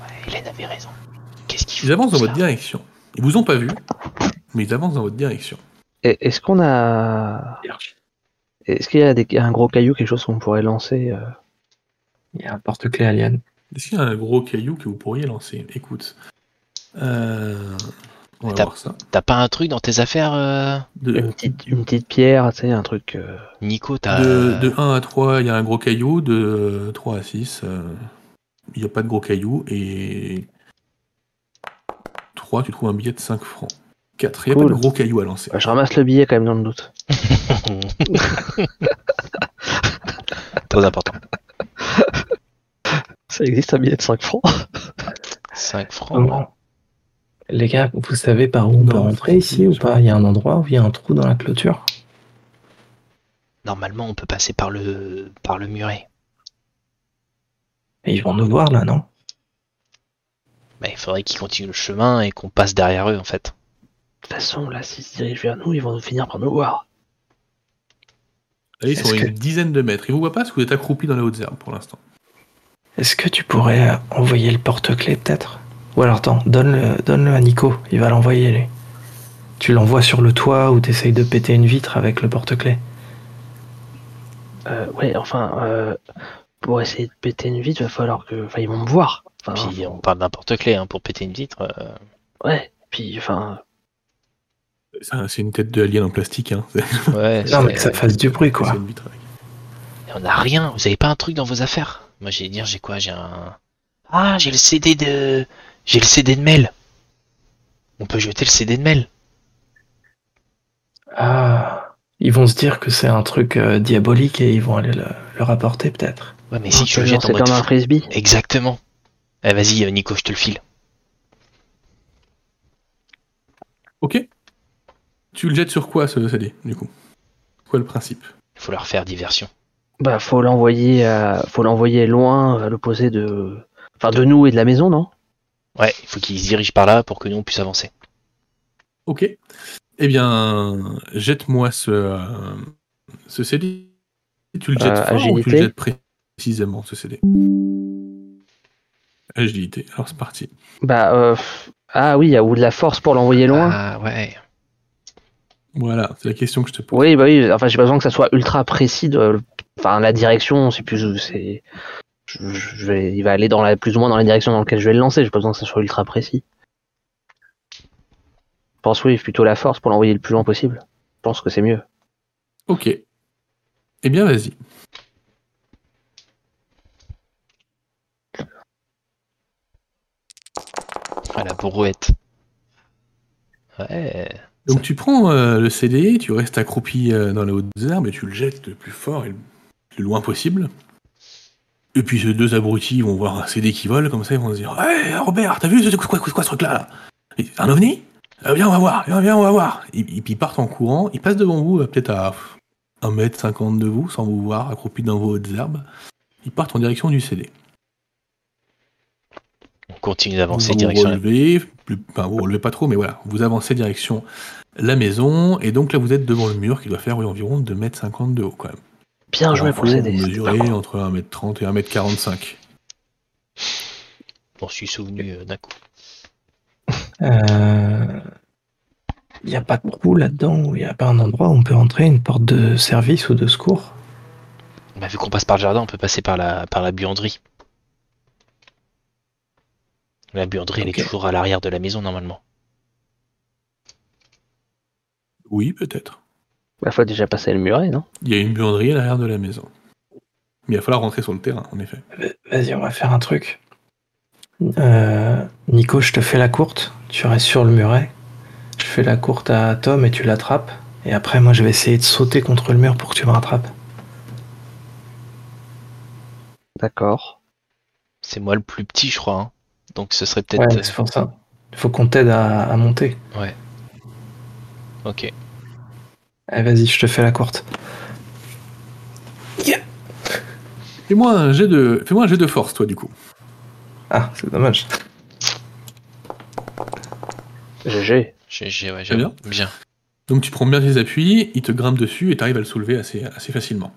[SPEAKER 2] Ouais, Hélène avait raison. Qu'est-ce qu'ils
[SPEAKER 1] Ils
[SPEAKER 2] font
[SPEAKER 1] avancent dans
[SPEAKER 2] tous
[SPEAKER 1] votre
[SPEAKER 2] là
[SPEAKER 1] direction. Ils vous ont pas vu, mais ils avancent dans votre direction.
[SPEAKER 3] Et- Est-ce qu'on a. Est-ce qu'il y a des- un gros caillou, quelque chose qu'on pourrait lancer euh,
[SPEAKER 5] Il y a un porte-clé alien.
[SPEAKER 1] Est-ce qu'il y a un gros caillou que vous pourriez lancer Écoute. Euh, On va
[SPEAKER 2] T'as-
[SPEAKER 1] voir ça.
[SPEAKER 2] T'as pas un truc dans tes affaires, euh,
[SPEAKER 1] De,
[SPEAKER 3] une, petite, une euh, petite pierre, tu sais, un truc. euh,
[SPEAKER 2] Nico T'as.
[SPEAKER 1] de, de 1 à 3, il y a un gros caillou. De 3 à 6, euh, il n'y a pas de gros caillou. Et 3, tu trouves un billet de 5 francs. 4, il n'y a pas
[SPEAKER 3] Cool.
[SPEAKER 1] de gros caillou à lancer.
[SPEAKER 3] bah, je ramasse le billet quand même dans le doute.
[SPEAKER 2] Très important.
[SPEAKER 3] Ça existe un billet de 5 francs
[SPEAKER 2] 5 francs.
[SPEAKER 5] Comment Les gars, vous savez par où on peut
[SPEAKER 1] Non,
[SPEAKER 5] rentrer ici ou pas Il y a un endroit où il y a un trou dans la clôture
[SPEAKER 2] Normalement, on peut passer par le par le muret.
[SPEAKER 5] Et ils vont nous voir là, non
[SPEAKER 2] Mais il faudrait qu'ils continuent le chemin et qu'on passe derrière eux en fait.
[SPEAKER 3] De toute façon, là, s'ils se dirigent vers nous, ils vont finir par nous voir.
[SPEAKER 1] Là, ils sont
[SPEAKER 5] Est-ce
[SPEAKER 1] à
[SPEAKER 5] que-
[SPEAKER 1] une dizaine de mètres. Ils vous voient pas parce que vous êtes accroupi dans les hautes herbes pour l'instant.
[SPEAKER 5] Est-ce que tu pourrais euh, envoyer le porte-clé peut-être Ou alors attends, donne-le donne à Nico, il va l'envoyer lui. Tu l'envoies sur le toit ou t'essayes de péter une vitre avec le porte-clé.
[SPEAKER 3] Euh, ouais, enfin, euh, pour essayer de péter une vitre, il va falloir que. Enfin, ils vont me voir. Enfin,
[SPEAKER 2] Puis on parle d'un porte-clé hein, pour péter une vitre. euh,
[SPEAKER 3] ouais, puis, enfin.
[SPEAKER 1] C'est un- c'est une tête de alien en plastique. Hein. C'est-
[SPEAKER 2] Ouais.
[SPEAKER 5] Non
[SPEAKER 2] c'est-
[SPEAKER 5] mais que ça fasse du bruit
[SPEAKER 1] c'est
[SPEAKER 5] quoi.
[SPEAKER 1] une vitre avec.
[SPEAKER 2] Et on a rien. Vous avez pas un truc dans vos affaires Moi, j'ai dire, j'ai quoi J'ai un. Ah, j'ai le CD de. J'ai le CD de mail. On peut jeter le CD de mail.
[SPEAKER 5] Ah, ils vont se dire que c'est un truc euh, diabolique et ils vont aller le, le rapporter peut-être.
[SPEAKER 2] Ouais, mais si tu le
[SPEAKER 3] Genre,
[SPEAKER 2] jettes en
[SPEAKER 3] Ah, c'est
[SPEAKER 2] mode.
[SPEAKER 3] comme un
[SPEAKER 2] fou-
[SPEAKER 3] frisbee.
[SPEAKER 2] Exactement. Eh, vas-y, euh, Nico, je te le file.
[SPEAKER 1] Ok. Tu le jettes sur quoi ce ce dé, du coup Quoi le principe
[SPEAKER 2] Il faut leur faire diversion.
[SPEAKER 3] Bah, faut l'envoyer, à... faut l'envoyer loin, à l'opposé de, enfin, de nous et de la maison, non
[SPEAKER 2] Ouais, il faut qu'ils se dirigent par là pour que nous on puisse avancer.
[SPEAKER 1] Ok. Eh bien, jette-moi ce, euh, ce CD. Tu le jettes
[SPEAKER 3] Euh,
[SPEAKER 1] fort ou tu le
[SPEAKER 3] agilité.
[SPEAKER 1] jettes précisément, ce CD Agilité. Alors, c'est parti.
[SPEAKER 3] Bah, euh... ah oui, il y a ou de la force pour l'envoyer loin.
[SPEAKER 2] Ah ouais.
[SPEAKER 1] Voilà, c'est la question que je te pose.
[SPEAKER 3] Oui, bah oui. Enfin, j'ai pas besoin que ça soit ultra précis. de- Enfin, la direction, c'est plus, c'est, je, je vais, il va aller dans la plus ou moins dans la direction dans laquelle je vais le lancer. J'ai pas besoin que ça soit ultra précis. Je pense oui, plutôt la force pour l'envoyer le plus loin possible. Je pense que c'est mieux.
[SPEAKER 1] Ok. Eh bien, vas-y.
[SPEAKER 2] À la brouette. Ouais.
[SPEAKER 1] Donc, tu prends euh, le CD, tu restes accroupi euh, dans les hautes herbes et tu le jettes le plus fort et le plus loin possible. Et puis, ces deux abrutis vont voir un CD qui vole, comme ça, ils vont se dire Hey, Robert, t'as vu ce, quoi, quoi- quoi ce truc-là là Et- Un ovni Euh, Viens, on va voir, viens, viens, on va voir. Et, et puis, ils partent en courant, ils passent devant vous, euh, peut-être à 1m50 de vous, sans vous voir, accroupi dans vos hautes herbes. Ils partent en direction du CD.
[SPEAKER 2] On continue d'avancer
[SPEAKER 1] vous
[SPEAKER 2] direction. la-
[SPEAKER 1] relevez, plus, enfin, vous relevez pas trop, mais voilà, vous avancez direction la maison, et donc là vous êtes devant le mur qui doit faire oui, environ 2m50 de haut quand même.
[SPEAKER 3] Bien joué
[SPEAKER 1] Alors,
[SPEAKER 3] pour
[SPEAKER 1] vous
[SPEAKER 3] céder.
[SPEAKER 1] mesurez entre 1m30 et 1m45.
[SPEAKER 2] Bon, je suis souvenu euh, d'un coup.
[SPEAKER 5] Il n'y Euh, a pas de trou là-dedans, il n'y a pas un endroit où on peut entrer, une porte de service ou de secours.
[SPEAKER 2] Bah, vu qu'on passe par le jardin, on peut passer par la, par la buanderie. La buanderie, elle
[SPEAKER 5] Ok.
[SPEAKER 2] est toujours à l'arrière de la maison normalement.
[SPEAKER 1] Oui, peut-être.
[SPEAKER 3] La fois déjà passer le muret, non
[SPEAKER 1] Il y a une buanderie à l'arrière de la maison. Mais il va falloir rentrer sur le terrain, en effet.
[SPEAKER 5] Bah, Vas-y, on va faire un truc. Euh, Nico, je te fais la courte, tu restes sur le muret. Je fais la courte à Tom et tu l'attrapes. Et après, moi, je vais essayer de sauter contre le mur pour que tu me rattrapes.
[SPEAKER 3] D'accord.
[SPEAKER 2] C'est moi le plus petit, je crois. hein. Donc ce serait
[SPEAKER 5] Ouais,
[SPEAKER 2] peut-être.
[SPEAKER 5] c'est pour ça. Il faut qu'on t'aide à, à monter.
[SPEAKER 2] euh, ok.
[SPEAKER 5] Allez, Eh, vas-y, je te fais la courte.
[SPEAKER 1] Fais-moi un jet de, fais-moi un jet de force, toi, du coup.
[SPEAKER 5] Ah, c'est dommage.
[SPEAKER 3] GG.
[SPEAKER 2] J'ai, j'ai- ouais,
[SPEAKER 1] Très
[SPEAKER 2] j'avoue. Bien.
[SPEAKER 1] Donc tu prends bien tes appuis, il te grimpe dessus et t'arrives à le soulever assez, assez facilement.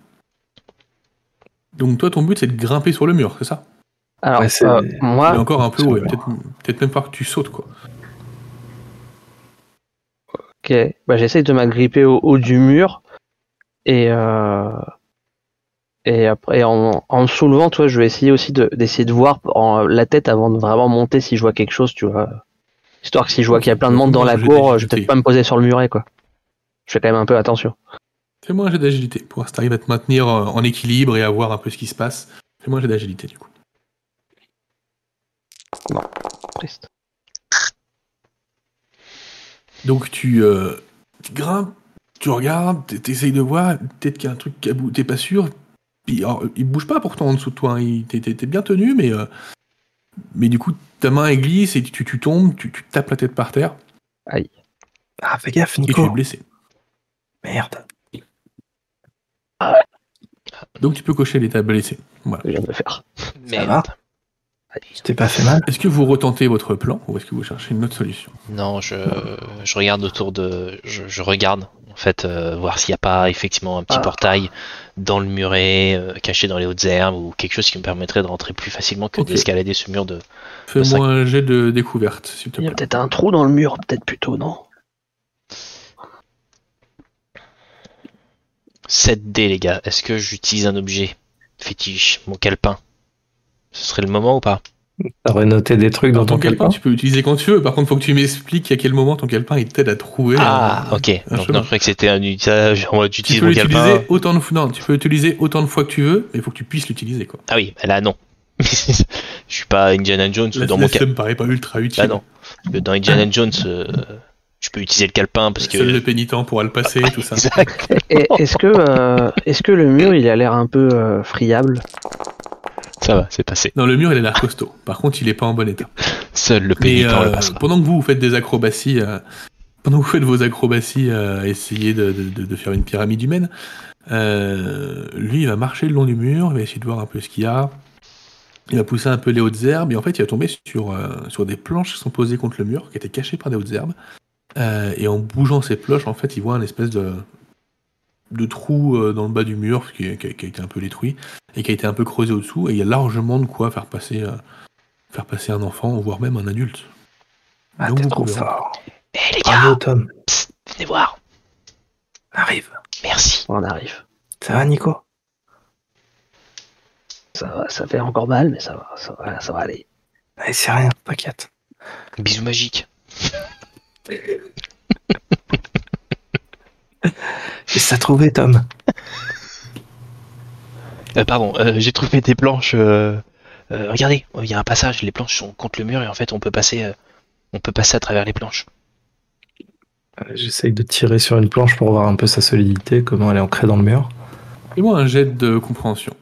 [SPEAKER 1] Donc toi, ton but, c'est de grimper sur le mur, c'est ça
[SPEAKER 3] Alors,
[SPEAKER 5] Ouais, c'est-
[SPEAKER 3] euh,
[SPEAKER 1] Il est
[SPEAKER 3] moi,
[SPEAKER 1] encore un peu
[SPEAKER 5] c'est
[SPEAKER 1] haut, et
[SPEAKER 5] bon.
[SPEAKER 1] peut-être peut-être même pas que tu sautes, quoi.
[SPEAKER 3] ok, bah, j'essaye de m'agripper au haut du mur et euh, et après et en, en me soulevant, tu vois, je vais essayer aussi de d'essayer de voir en- la tête avant de vraiment monter si je vois quelque chose, tu vois. Histoire que si je vois qu'il y a plein de monde dans la
[SPEAKER 1] J'ai
[SPEAKER 3] cour, je vais
[SPEAKER 1] difficulté.
[SPEAKER 3] peut-être pas me poser sur le muret, quoi. Je fais quand même un peu attention.
[SPEAKER 1] Fais-moi un jet d'agilité pour voir si t'arrives à te maintenir euh, en équilibre et à voir un peu ce qui se passe. Fais-moi un jet d'agilité du coup.
[SPEAKER 3] Triste.
[SPEAKER 1] Donc tu, euh, tu grimpes, tu regardes, t- t'essayes de voir, peut-être qu'il y a un truc qui a bou- t'es pas sûr. Puis, alors, il bouge pas pourtant en dessous de toi, hein. Il- t'es t'es- t'es bien tenu, mais, euh, mais du coup ta main elle glisse et tu, tu tombes, tu, tu tapes la tête par terre
[SPEAKER 5] Ah, fais gaffe,
[SPEAKER 1] et tu es
[SPEAKER 5] Nico.
[SPEAKER 1] blessé.
[SPEAKER 5] Merde.
[SPEAKER 1] Donc tu peux cocher l'état blessé.
[SPEAKER 3] que Je viens de le faire.
[SPEAKER 2] Merde.
[SPEAKER 5] va Je t'ai pas fait mal.
[SPEAKER 1] Est-ce que vous retentez votre plan ou est-ce que vous cherchez une autre solution
[SPEAKER 2] Non, je, je regarde autour de. Je, je regarde, en fait, euh, voir s'il n'y a pas effectivement un petit
[SPEAKER 3] Ah.
[SPEAKER 2] portail dans le muret, euh, caché dans les hautes herbes, ou quelque chose qui me permettrait de rentrer plus facilement que
[SPEAKER 1] Ok.
[SPEAKER 2] d'escalader ce mur de. ça-
[SPEAKER 1] Fais-moi un jet de découverte s'il te
[SPEAKER 3] Il y
[SPEAKER 1] plaît.
[SPEAKER 3] a peut-être un trou dans le mur, peut-être plutôt, non
[SPEAKER 2] 7D, les gars. Est-ce que j'utilise un objet fétiche, mon calepin Ce serait le moment ou pas
[SPEAKER 5] T'aurais noté des trucs dans
[SPEAKER 1] Alors,
[SPEAKER 5] ton
[SPEAKER 1] ton calepin,
[SPEAKER 5] calepin
[SPEAKER 1] tu peux l'utiliser quand tu veux. Par contre, faut que tu m'expliques à quel moment ton calepin il t'aide à trouver.
[SPEAKER 2] Ah,
[SPEAKER 1] un-
[SPEAKER 2] ok.
[SPEAKER 1] euh, un
[SPEAKER 2] Donc,
[SPEAKER 1] chemin.
[SPEAKER 2] non, je croyais que c'était un usage. en mode,
[SPEAKER 1] Tu
[SPEAKER 2] J'utilise
[SPEAKER 1] peux
[SPEAKER 2] mon calepin.
[SPEAKER 1] l'utiliser autant de fois. Non, tu peux l'utiliser autant de fois que tu veux, mais il faut que tu puisses l'utiliser quoi.
[SPEAKER 2] Ah oui, bah là, non. je suis pas Indiana Jones ou
[SPEAKER 1] Là,
[SPEAKER 2] dans
[SPEAKER 1] là,
[SPEAKER 2] mon
[SPEAKER 1] ça
[SPEAKER 2] calepin.
[SPEAKER 1] me paraît pas ultra utile.
[SPEAKER 2] Bah non. Parce que Dans Indiana Jones, euh, je peux utiliser le calepin parce que. Ah,
[SPEAKER 1] Seul le pénitent pourra le passer, tout ça.
[SPEAKER 2] Exact.
[SPEAKER 3] Et Est-ce que euh, est-ce que le mur, il a l'air un peu euh, friable
[SPEAKER 2] Ça va, c'est passé.
[SPEAKER 1] Non, le mur il a l'air costaud. Par contre, il est pas en bon état.
[SPEAKER 2] Seul le
[SPEAKER 1] Mais
[SPEAKER 2] pénitent
[SPEAKER 1] euh,
[SPEAKER 2] le passera.
[SPEAKER 1] pendant que vous, vous faites des acrobaties euh, pendant que vous faites vos acrobaties à essayer de, de- de- de faire une pyramide humaine, euh, lui, il va marcher le long du mur, il va essayer de voir un peu ce qu'il y a. Il va pousser un peu les hautes herbes, et en fait, il va tomber sur, euh, sur des planches qui sont posées contre le mur, qui étaient cachées par des hautes herbes. Euh, et en bougeant ces planches, en fait, il voit un espèce de, de trou euh, dans le bas du mur qui, a- qui a- qui a été un peu détruit, et qui a été un peu creusé au-dessous, et il y a largement de quoi faire passer, euh, faire passer un enfant, voire même un adulte.
[SPEAKER 5] Ah,
[SPEAKER 1] Donc,
[SPEAKER 5] t'es
[SPEAKER 1] vous
[SPEAKER 5] trop
[SPEAKER 1] pouvez-
[SPEAKER 5] fort.
[SPEAKER 2] Eh les
[SPEAKER 5] Bravo,
[SPEAKER 2] gars,
[SPEAKER 5] Tom.
[SPEAKER 2] venez voir.
[SPEAKER 5] Arrive.
[SPEAKER 2] Merci.
[SPEAKER 3] On arrive.
[SPEAKER 5] Ça va, Nico
[SPEAKER 3] Ça va, ça fait encore mal, mais ça va, ça va, ça va aller.
[SPEAKER 5] Allez, c'est rien, t'inquiète.
[SPEAKER 2] Bisous magique.
[SPEAKER 5] Et ça trouvé, Tom.
[SPEAKER 2] Euh, pardon, euh, j'ai trouvé des planches. euh, euh, regardez, il y a un passage. Les planches sont contre le mur et en fait on peut passer, euh, on peut passer à travers les planches.
[SPEAKER 5] J'essaye de tirer sur une planche pour voir un peu sa solidité, comment elle est ancrée dans le mur.
[SPEAKER 1] Fais-moi un jet de compréhension.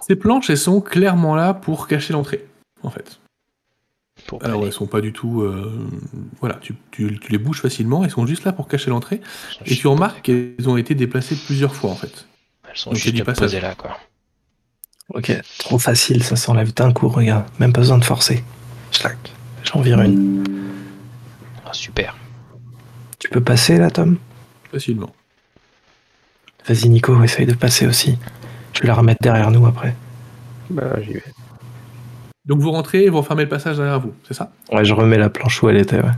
[SPEAKER 1] Ces planches, elles sont clairement là pour cacher l'entrée, en fait.
[SPEAKER 2] Pour pas
[SPEAKER 1] Alors,
[SPEAKER 2] les-
[SPEAKER 1] elles sont pas du tout. euh, voilà, tu, tu- tu les bouges facilement, elles sont juste là pour cacher l'entrée.
[SPEAKER 2] Ah,
[SPEAKER 1] Et tu remarques qu'elles ont été déplacées plusieurs fois, en fait.
[SPEAKER 2] Elles sont
[SPEAKER 1] Donc, il y a
[SPEAKER 2] juste
[SPEAKER 1] du
[SPEAKER 2] à
[SPEAKER 1] passage.
[SPEAKER 2] poser là quoi.
[SPEAKER 5] Ok, trop facile, ça s'enlève d'un coup, regarde. Même pas besoin de forcer. Schlac, j'en vire une.
[SPEAKER 2] Ah, super.
[SPEAKER 5] Tu peux passer là, Tom
[SPEAKER 1] Facilement.
[SPEAKER 5] Vas-y, Nico, essaye de passer aussi. Je vais la remettre derrière nous après.
[SPEAKER 3] Bah, j'y vais.
[SPEAKER 1] Donc, vous rentrez et vous refermez le passage derrière vous, c'est ça
[SPEAKER 5] Ouais, je remets la planche où elle était, ouais.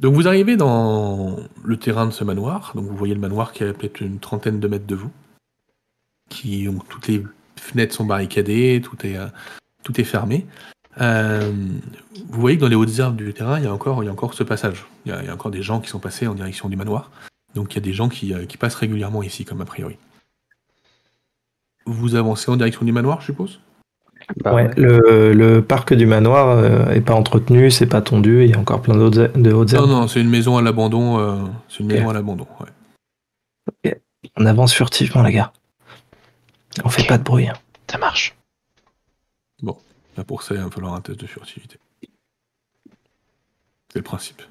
[SPEAKER 1] Donc, vous arrivez dans le terrain de ce manoir. Donc, vous voyez le manoir qui a peut-être une trentaine de mètres de vous. Qui, donc, toutes les fenêtres sont barricadées, tout est, euh, tout est fermé. Euh, vous voyez que dans les hautes herbes du terrain, il y a encore, il y a encore ce passage. Il y, a, il y a encore des gens qui sont passés en direction du manoir. Donc il y a des gens qui, euh, qui passent régulièrement ici, comme a priori. Vous avancez en direction du manoir, je suppose
[SPEAKER 3] Bah,
[SPEAKER 5] Ah ouais,
[SPEAKER 3] ouais.
[SPEAKER 5] Le, le parc du manoir euh, est pas entretenu, c'est pas tondu, il y a encore plein d'autres de hautes
[SPEAKER 1] Non,
[SPEAKER 5] herbes.
[SPEAKER 1] non, c'est une maison à l'abandon. euh, c'est une
[SPEAKER 5] Ok.
[SPEAKER 1] maison à l'abandon, ouais.
[SPEAKER 5] On avance furtivement, les gars. On fait
[SPEAKER 2] Ok.
[SPEAKER 5] pas de bruit. hein.
[SPEAKER 2] Ça marche.
[SPEAKER 1] Là, pour ça, il va falloir un test de furtivité. C'est le principe.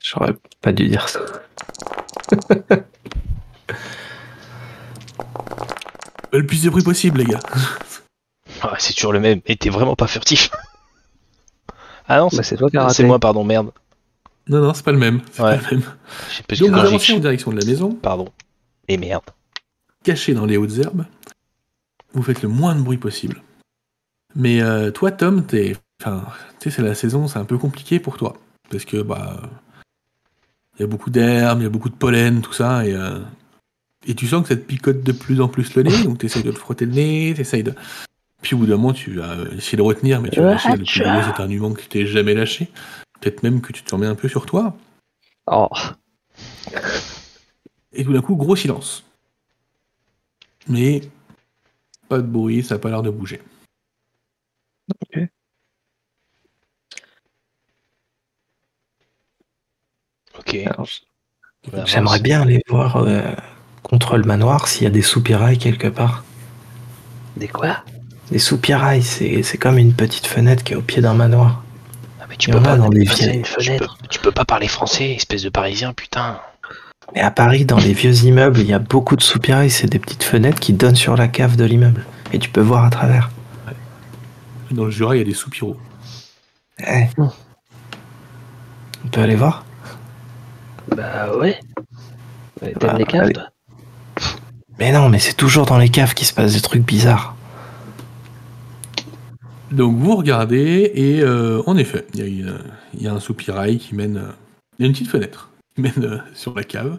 [SPEAKER 5] J'aurais pas dû dire ça.
[SPEAKER 1] Le plus de bruit possible, les gars.
[SPEAKER 2] Ah, c'est toujours le même. Et t'es vraiment pas furtif. ah non,
[SPEAKER 3] Bah,
[SPEAKER 2] c'est
[SPEAKER 3] c'est toi qui as raté.
[SPEAKER 2] c'est moi, pardon, merde.
[SPEAKER 1] Non, non, c'est pas le même. C'est
[SPEAKER 2] Ouais.
[SPEAKER 1] pas le même.
[SPEAKER 2] J'ai- parce que
[SPEAKER 1] Donc, vous
[SPEAKER 2] quand j'ai-
[SPEAKER 1] avancez en direction de la maison,
[SPEAKER 2] Pardon. Et merde.
[SPEAKER 1] caché dans les hautes herbes. Vous faites le moins de bruit possible. Mais euh, toi, Tom, t'es. Enfin, tu sais, c'est la saison, c'est un peu compliqué pour toi. Parce que, bah. Il y a beaucoup d'herbes, il y a beaucoup de pollen, tout ça, et. euh, et tu sens que ça te picote de plus en plus le nez, donc t'essayes de te frotter le nez, t'essayes de. Puis au bout d'un moment, tu vas essayer de retenir, mais tu vas lâcher le plus gros éternuement que tu t'es jamais lâché. Peut-être même que tu te remets un peu sur toi.
[SPEAKER 3] Oh,
[SPEAKER 1] Et tout d'un coup, gros silence. Mais pas de bruit, ça n'a pas l'air de bouger.
[SPEAKER 2] Ok.
[SPEAKER 5] Alors, je-
[SPEAKER 2] on avance.
[SPEAKER 5] Ah, J'aimerais bien aller voir euh, contre le manoir s'il y a des soupirails quelque part.
[SPEAKER 3] des quoi
[SPEAKER 5] Des soupirails, c'est c'est comme une petite fenêtre qui est au pied d'un manoir.
[SPEAKER 2] Ah, mais tu
[SPEAKER 5] Il y
[SPEAKER 2] peux
[SPEAKER 5] en a
[SPEAKER 2] pas
[SPEAKER 5] dans les
[SPEAKER 2] tu peux-
[SPEAKER 5] vieilles
[SPEAKER 3] une fenêtre.
[SPEAKER 2] Tu peux, tu peux pas parler français, espèce de parisien, putain.
[SPEAKER 5] Mais à Paris, dans les vieux immeubles, il y a beaucoup de soupirails. C'est des petites fenêtres qui donnent sur la cave de l'immeuble. Et tu peux voir à travers.
[SPEAKER 1] Dans le Jura, il y a des soupiraux.
[SPEAKER 5] Eh. On peut aller voir
[SPEAKER 3] Bah, ouais. Ouais, T'aimes
[SPEAKER 5] Bah,
[SPEAKER 3] les caves,
[SPEAKER 5] allez.
[SPEAKER 3] toi
[SPEAKER 5] Mais non, mais c'est toujours dans les caves qu'il se passe des trucs bizarres.
[SPEAKER 1] Donc vous regardez, et euh, en effet, il y, a une- il y a un soupirail qui mène. euh, Il y a une petite fenêtre qui mène euh, sur la cave,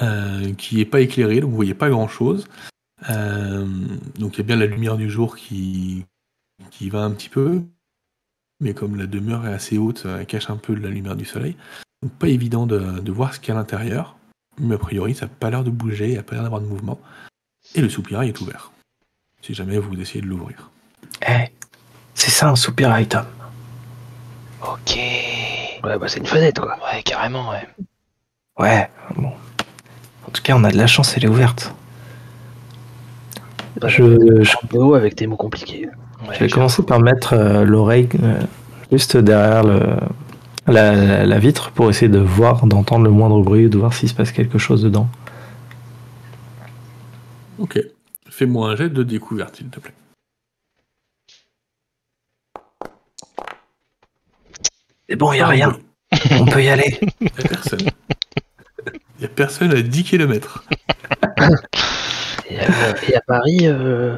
[SPEAKER 1] euh, qui n'est pas éclairée, donc vous voyez pas grand chose. donc il y a bien la lumière du jour qui, qui va un petit peu, mais comme la demeure est assez haute, elle cache un peu la lumière du soleil. Donc pas évident de, de voir ce qu'il y a à l'intérieur, mais a priori ça n'a pas l'air de bouger, il n'y a pas l'air d'avoir de mouvement. Et le soupirail est ouvert, si jamais vous essayez de l'ouvrir.
[SPEAKER 5] Eh, c'est ça un soupirail, Tom.
[SPEAKER 2] Ok. Ouais,
[SPEAKER 3] Ouais, bah, c'est une fenêtre, quoi.
[SPEAKER 2] carrément, ouais.
[SPEAKER 5] Ouais, bon. En tout cas, on a de la chance, elle est ouverte. Je, je-
[SPEAKER 3] Léo avec des mots compliqués.
[SPEAKER 2] Ouais,
[SPEAKER 5] je vais
[SPEAKER 2] je-
[SPEAKER 5] commencer par mettre euh, l'oreille euh, juste derrière le- la, la- la vitre pour essayer de voir, d'entendre le moindre bruit, de voir s'il se passe quelque chose dedans.
[SPEAKER 1] Ok. Fais-moi un jet de découverte, s'il te plaît.
[SPEAKER 5] C'est bon, il n'y a
[SPEAKER 1] Ah,
[SPEAKER 5] rien,
[SPEAKER 1] oui.
[SPEAKER 5] on peut y aller.
[SPEAKER 1] Y a personne. y a personne à 10 km.
[SPEAKER 3] Et, à- et à Paris, euh,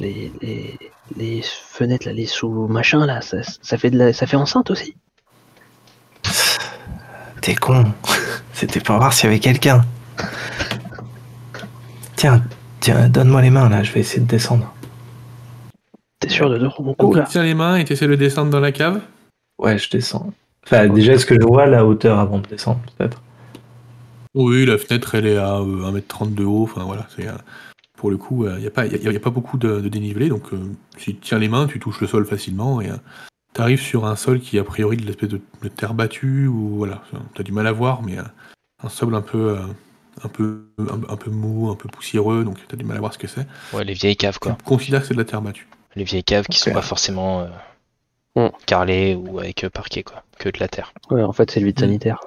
[SPEAKER 3] les, les, les fenêtres, là, les sous-machins, là, ça, ça, fait de la, ça fait enceinte aussi.
[SPEAKER 5] T'es con. C'était pour voir s'il y avait quelqu'un. Tiens, tiens, donne-moi les mains là, je vais essayer de descendre.
[SPEAKER 3] T'es sûr de mon coup, Ah, là
[SPEAKER 1] Tiens les mains et t'essaies de descendre dans la cave.
[SPEAKER 5] Ouais, je descends. Enfin, déjà, est-ce que je vois la hauteur avant de descendre, peut-être
[SPEAKER 1] Oui, la fenêtre, elle est à euh, 1m30 de haut. Enfin, voilà, c'est, euh, pour le coup, il n'y a, pas- y a- y a pas beaucoup de, de dénivelé. Donc, euh, si tu tiens les mains, tu touches le sol facilement. Et tu arrives sur un sol qui, a priori, de l'espèce de, de terre battue. Ou voilà, tu as du mal à voir, mais euh, un sol un peu, euh, un, peu, un, un peu mou, un peu poussiéreux. Donc, tu as du mal à voir ce que c'est.
[SPEAKER 2] ouais, les vieilles caves,
[SPEAKER 1] Tu
[SPEAKER 2] quoi.
[SPEAKER 1] considères que c'est de la terre battue.
[SPEAKER 2] Les vieilles caves qui sont
[SPEAKER 5] Ok.
[SPEAKER 2] pas forcément euh,
[SPEAKER 3] Hmm.
[SPEAKER 2] carrelées ou avec euh, parquet, quoi. Que de la terre.
[SPEAKER 3] Ouais, en fait, c'est le
[SPEAKER 5] Mm.
[SPEAKER 3] vide sanitaire.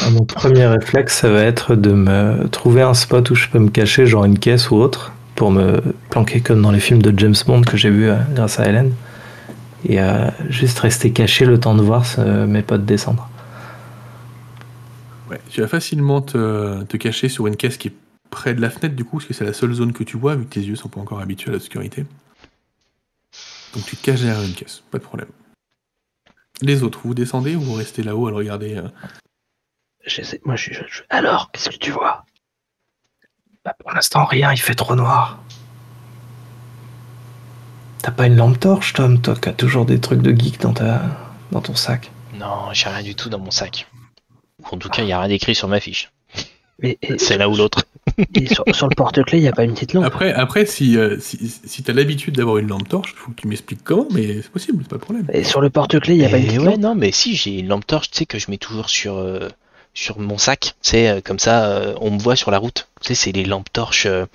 [SPEAKER 5] Ah, Mon premier réflexe, ça va être de me trouver un spot où je peux me cacher, genre une caisse ou autre, pour me planquer comme dans les films de James Bond que j'ai vu euh, grâce à Hélène. Et euh, juste rester caché le temps de voir ce- mes potes descendre.
[SPEAKER 1] Ouais, tu vas facilement te, te cacher sur une caisse qui est près de la fenêtre, du coup, parce que c'est la seule zone que tu vois, vu que tes yeux sont pas encore habitués à l'obscurité. Donc tu te caches derrière une caisse, pas de problème. Les autres, vous descendez ou vous restez là-haut à le regarder euh
[SPEAKER 3] J'essaie- Moi, je suis. je- je- Alors, qu'est-ce que tu vois
[SPEAKER 5] Bah, pour l'instant, rien, il fait trop noir. T'as pas une lampe torche, Tom Toi qui as toujours des trucs de geek dans, ta... dans ton sac.
[SPEAKER 2] Non, j'ai rien du tout dans mon sac. En tout cas, il y a rien d'écrit sur ma fiche.
[SPEAKER 3] Mais et-
[SPEAKER 2] C'est là ou l'autre.
[SPEAKER 3] et sur, sur le porte-clés, il n'y a pas une petite lampe.
[SPEAKER 1] Après, après si, euh, si, si t'as l'habitude d'avoir une lampe torche, faut que tu m'expliques comment, mais c'est possible, c'est pas de problème.
[SPEAKER 3] Et sur le porte-clés, il n'y a pas une
[SPEAKER 2] Et
[SPEAKER 3] petite
[SPEAKER 2] Eh ouais,
[SPEAKER 3] lampe.
[SPEAKER 2] non, mais si, j'ai une lampe torche, tu sais, que je mets toujours sur, euh, sur mon sac. Tu sais, euh, comme ça, euh, on me voit sur la route. Tu sais, c'est les lampes torches euh,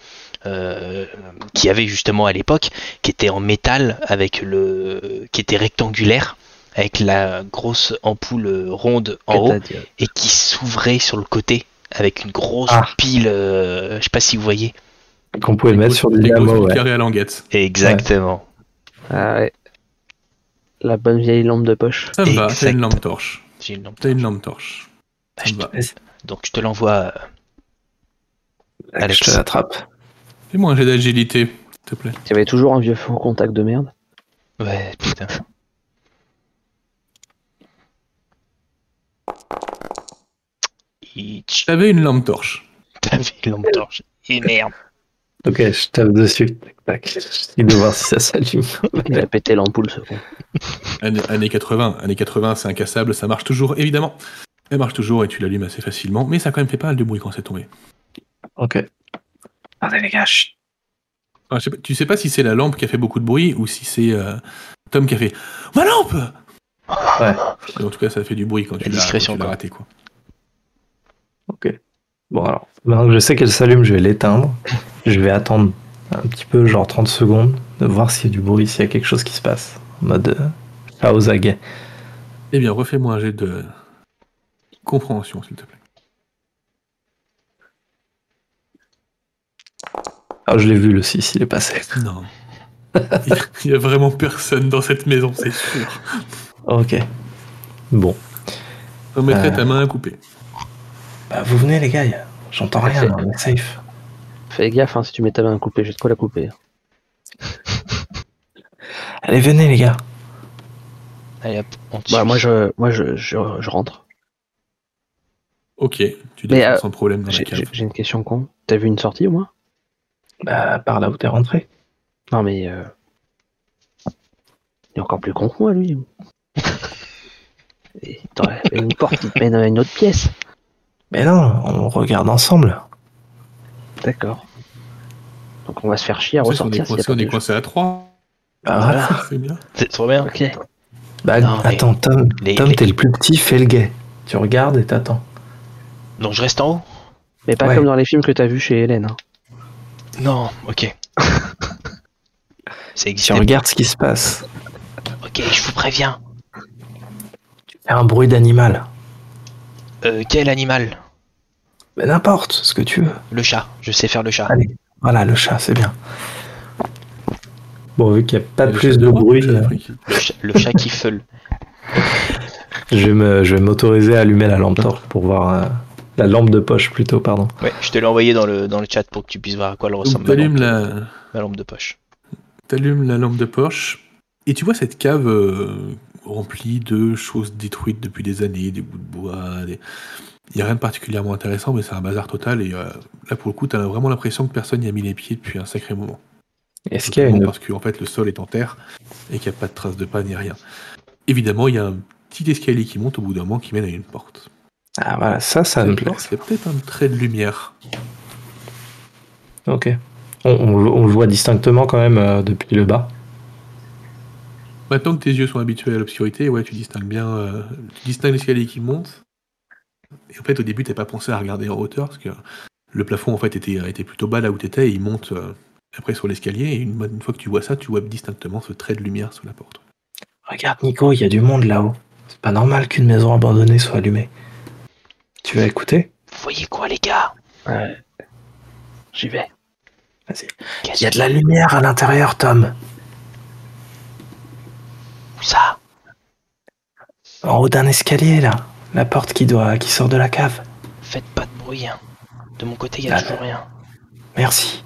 [SPEAKER 2] euh, qu'il y avait justement à l'époque, qui étaient en métal, avec le, qui étaient rectangulaires, avec la grosse ampoule euh, ronde en haut,
[SPEAKER 3] Qu'est-ce que t'as dit
[SPEAKER 2] et qui s'ouvrait sur le côté, avec une grosse
[SPEAKER 5] Ah.
[SPEAKER 2] pile, euh, je sais pas si vous voyez.
[SPEAKER 5] Qu'on pouvait mettre sur des
[SPEAKER 1] Les grosses
[SPEAKER 5] dynamos,
[SPEAKER 1] carrées
[SPEAKER 5] ouais.
[SPEAKER 1] à languette.
[SPEAKER 2] Exactement.
[SPEAKER 3] Ah ouais. La bonne vieille lampe de poche.
[SPEAKER 1] Ça me va, t'as une
[SPEAKER 2] Exact.
[SPEAKER 1] lampe torche.
[SPEAKER 2] J'ai une lampe
[SPEAKER 1] T'as une
[SPEAKER 2] torche.
[SPEAKER 1] lampe torche.
[SPEAKER 2] Bah,
[SPEAKER 1] Ça
[SPEAKER 2] je
[SPEAKER 1] me
[SPEAKER 2] te-
[SPEAKER 1] va.
[SPEAKER 2] Donc je te l'envoie. euh, Alex.
[SPEAKER 5] Je te l'attrape.
[SPEAKER 1] Fais-moi un jet d'agilité, s'il te plaît.
[SPEAKER 3] Il y avait toujours un vieux faux contact de merde.
[SPEAKER 2] Ouais, putain. Itch.
[SPEAKER 1] T'avais une lampe torche.
[SPEAKER 2] T'avais une lampe torche. Et merde.
[SPEAKER 5] Ok, je tape dessus. Tac, tac. J'essaie de voir si ça s'allume.
[SPEAKER 3] Il a pété l'ampoule, ce con.
[SPEAKER 1] Années, années 80, années 80, c'est incassable, ça marche toujours, évidemment. Elle marche toujours et tu l'allumes assez facilement, mais ça a quand même fait pas mal de bruit quand c'est tombé.
[SPEAKER 5] Ok. Attendez les gars, chut.
[SPEAKER 1] Enfin, je sais pas- tu sais pas si c'est la lampe qui a fait beaucoup de bruit ou si c'est euh, Tom qui a fait Ma lampe Mais En tout cas, ça fait du bruit quand tu
[SPEAKER 2] La
[SPEAKER 1] l'as quand
[SPEAKER 2] discrétion,
[SPEAKER 1] tu l'as
[SPEAKER 2] quoi.
[SPEAKER 1] raté. Quoi.
[SPEAKER 5] Ok. Bon alors, maintenant que je sais qu'elle s'allume, je vais l'éteindre. Je vais attendre un petit peu, genre 30 secondes, de voir s'il y a du bruit, s'il y a quelque chose qui se passe. En mode euh, house aguet.
[SPEAKER 1] Eh bien, refais-moi un jet de compréhension, s'il te plaît.
[SPEAKER 5] Ah, je l'ai vu le 6, il est passé.
[SPEAKER 1] Non. Il y a vraiment personne dans cette maison, c'est sûr.
[SPEAKER 5] Ok. Bon.
[SPEAKER 1] On mettrait
[SPEAKER 5] Euh.
[SPEAKER 1] ta main à couper.
[SPEAKER 5] Bah, vous venez les gars, j'entends rien, on est safe.
[SPEAKER 3] Fais gaffe, hein, si tu mets ta main coupée, j'ai de quoi la couper. hein.
[SPEAKER 5] Allez, venez les gars.
[SPEAKER 2] Allez hop, on te
[SPEAKER 3] Bah,
[SPEAKER 2] suit.
[SPEAKER 3] moi, je, moi je, je, je rentre.
[SPEAKER 1] Ok, tu
[SPEAKER 3] Mais,
[SPEAKER 1] descends
[SPEAKER 3] euh,
[SPEAKER 1] sans problème dans la
[SPEAKER 3] J'ai
[SPEAKER 1] cave.
[SPEAKER 3] j'ai- j'ai une question con. T'as vu une sortie au moins
[SPEAKER 5] Bah, par là où t'es rentré.
[SPEAKER 3] Non, mais. euh, Il est encore plus con que moi, lui. Et t'aurais fait une porte qui te mène à une autre pièce.
[SPEAKER 5] Mais non, on regarde ensemble.
[SPEAKER 3] D'accord. Donc, on va se faire chier à
[SPEAKER 1] Ça, si on est
[SPEAKER 3] ressortir. s'il y a
[SPEAKER 1] coincé, on est coincé
[SPEAKER 3] pas Ah, de-
[SPEAKER 1] à 3.
[SPEAKER 5] Bah, voilà.
[SPEAKER 1] C'est bien.
[SPEAKER 2] C'est trop bien.
[SPEAKER 3] Ok.
[SPEAKER 5] Bah,
[SPEAKER 2] Non, mais-
[SPEAKER 5] attends, Tom,
[SPEAKER 2] les-
[SPEAKER 5] Tom
[SPEAKER 2] les-
[SPEAKER 5] t'es le plus petit, fais le gay. Tu regardes et t'attends.
[SPEAKER 2] Donc je reste en haut
[SPEAKER 3] Mais pas
[SPEAKER 5] Ouais.
[SPEAKER 3] comme dans les films que t'as vu chez Hélène. hein.
[SPEAKER 2] Non, ok. Ça
[SPEAKER 5] Si
[SPEAKER 2] existait.
[SPEAKER 5] on regarde ce qui se passe,
[SPEAKER 2] Ok, je vous préviens.
[SPEAKER 5] fais un bruit d'animal.
[SPEAKER 2] Euh, quel animal
[SPEAKER 5] Mais n'importe, ce que tu veux.
[SPEAKER 2] Le chat. Je sais faire le chat.
[SPEAKER 5] Allez. Voilà, le chat, c'est bien. Bon, vu qu'il n'y a pas
[SPEAKER 1] Le
[SPEAKER 5] plus
[SPEAKER 1] chat
[SPEAKER 5] de
[SPEAKER 1] noir, le
[SPEAKER 5] bruit,
[SPEAKER 1] chat d'Afrique.
[SPEAKER 2] Le, ch- le chat qui feule.
[SPEAKER 5] je vais me- je vais m'autoriser à allumer la lampe torche pour voir. euh, la lampe de poche plutôt, pardon.
[SPEAKER 2] Ouais, je te l'ai envoyé dans le, dans le chat pour que tu puisses voir à quoi elle
[SPEAKER 1] Donc
[SPEAKER 2] ressemble. ma
[SPEAKER 1] t'allumes
[SPEAKER 2] lampe-
[SPEAKER 1] la,
[SPEAKER 2] ma lampe de poche.
[SPEAKER 1] t'allumes la lampe de Porsche et tu vois cette cave euh, remplie de choses détruites depuis des années, des bouts de bois. Des... Il n'y a rien de particulièrement intéressant, mais c'est un bazar total. Et euh, là, pour le coup, t'as vraiment l'impression que personne n'y a mis les pieds depuis un sacré moment.
[SPEAKER 5] Est-ce qu'il y a
[SPEAKER 1] Notamment
[SPEAKER 5] une.
[SPEAKER 1] Parce qu'en fait, le sol est en terre et qu'il n'y a pas de traces de pas ni rien. Évidemment, il y a un petit escalier qui monte au bout d'un moment qui mène à une porte.
[SPEAKER 5] Ah, voilà, ça, ça me
[SPEAKER 1] Cette
[SPEAKER 5] plaît.
[SPEAKER 1] porte, C'est peut-être un trait de lumière.
[SPEAKER 5] Ok. On, on le- on le voit distinctement quand même euh, depuis le bas.
[SPEAKER 1] Maintenant que tes yeux sont habitués à l'obscurité, ouais, tu distingues bien, euh, tu distingues l'escalier qui monte. Et en fait, au début, t'as pas pensé à regarder en hauteur parce que le plafond en fait était, était plutôt bas là où t'étais et il monte euh, après sur l'escalier. Et une, une fois que tu vois ça, tu vois distinctement ce trait de lumière sous la porte.
[SPEAKER 5] Regarde Nico, il y a du monde là-haut. C'est pas normal qu'une maison abandonnée soit allumée. Tu vas écouter
[SPEAKER 2] Vous voyez quoi, les gars
[SPEAKER 3] J'y vais.
[SPEAKER 5] Vas-y.
[SPEAKER 2] Qu'est-ce
[SPEAKER 5] Il y a de la lumière à l'intérieur, Tom.
[SPEAKER 2] que ça
[SPEAKER 5] En haut d'un escalier là. La porte qui doit qui sort de la cave.
[SPEAKER 2] Faites pas de bruit. hein. De mon côté, il y a
[SPEAKER 5] Ah.
[SPEAKER 2] toujours rien.
[SPEAKER 5] Merci.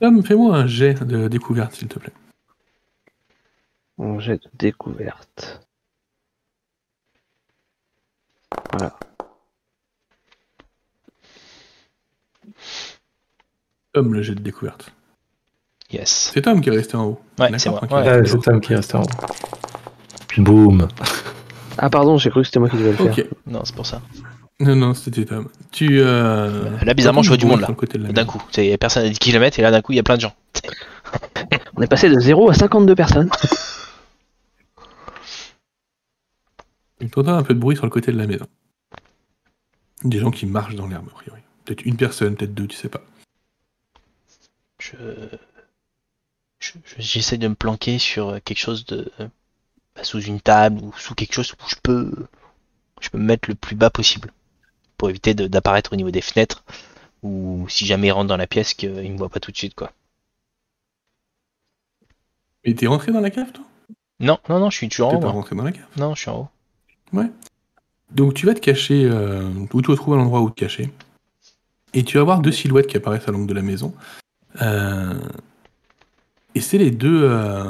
[SPEAKER 1] Tom, fais-moi un jet de découverte, s'il te plaît.
[SPEAKER 3] Mon jet de découverte.
[SPEAKER 1] Tom, le jet de découverte.
[SPEAKER 2] Yes.
[SPEAKER 1] C'est Tom qui est resté en haut.
[SPEAKER 2] Ouais,
[SPEAKER 1] D'accord,
[SPEAKER 2] c'est moi.
[SPEAKER 1] ok.
[SPEAKER 2] Ouais.
[SPEAKER 5] Ah, c'est Tom qui reste en haut. Boum.
[SPEAKER 3] Ah pardon, j'ai cru que c'était moi qui devais le faire.
[SPEAKER 1] Ok.
[SPEAKER 2] Non, c'est pour ça.
[SPEAKER 1] Non, non, c'était Tom. Tu. euh,
[SPEAKER 2] Là, bizarrement, je vois du monde, là.
[SPEAKER 1] sur le côté de la
[SPEAKER 2] D'un
[SPEAKER 1] maison.
[SPEAKER 2] coup, c'est- y a personne à 10 km et là d'un coup il y a plein de gens.
[SPEAKER 3] On est passé de 0 à 52 personnes.
[SPEAKER 1] T'entends un peu de bruit sur le côté de la maison. Des gens qui marchent dans l'herbe, a priori. Peut-être une personne, peut-être deux, tu sais pas.
[SPEAKER 2] Je je- je- j'essaie de me planquer sur euh, quelque chose de bah, sous une table ou sous quelque chose où je peux je peux me mettre le plus bas possible pour éviter de- d'apparaître au niveau des fenêtres ou si jamais ils rentrent dans la pièce qu'ils me voient pas tout de suite quoi.
[SPEAKER 1] Mais t'es rentré dans la cave, toi
[SPEAKER 2] Non non non je suis toujours en
[SPEAKER 1] T'es
[SPEAKER 2] haut.
[SPEAKER 1] pas
[SPEAKER 2] moi.
[SPEAKER 1] rentré dans la cave.
[SPEAKER 2] Non je suis en haut.
[SPEAKER 1] Donc tu vas te cacher, euh, ou tu retrouves un endroit où te cacher. Et tu vas voir deux silhouettes qui apparaissent à l'angle de la maison. Euh, Et c'est les deux. euh,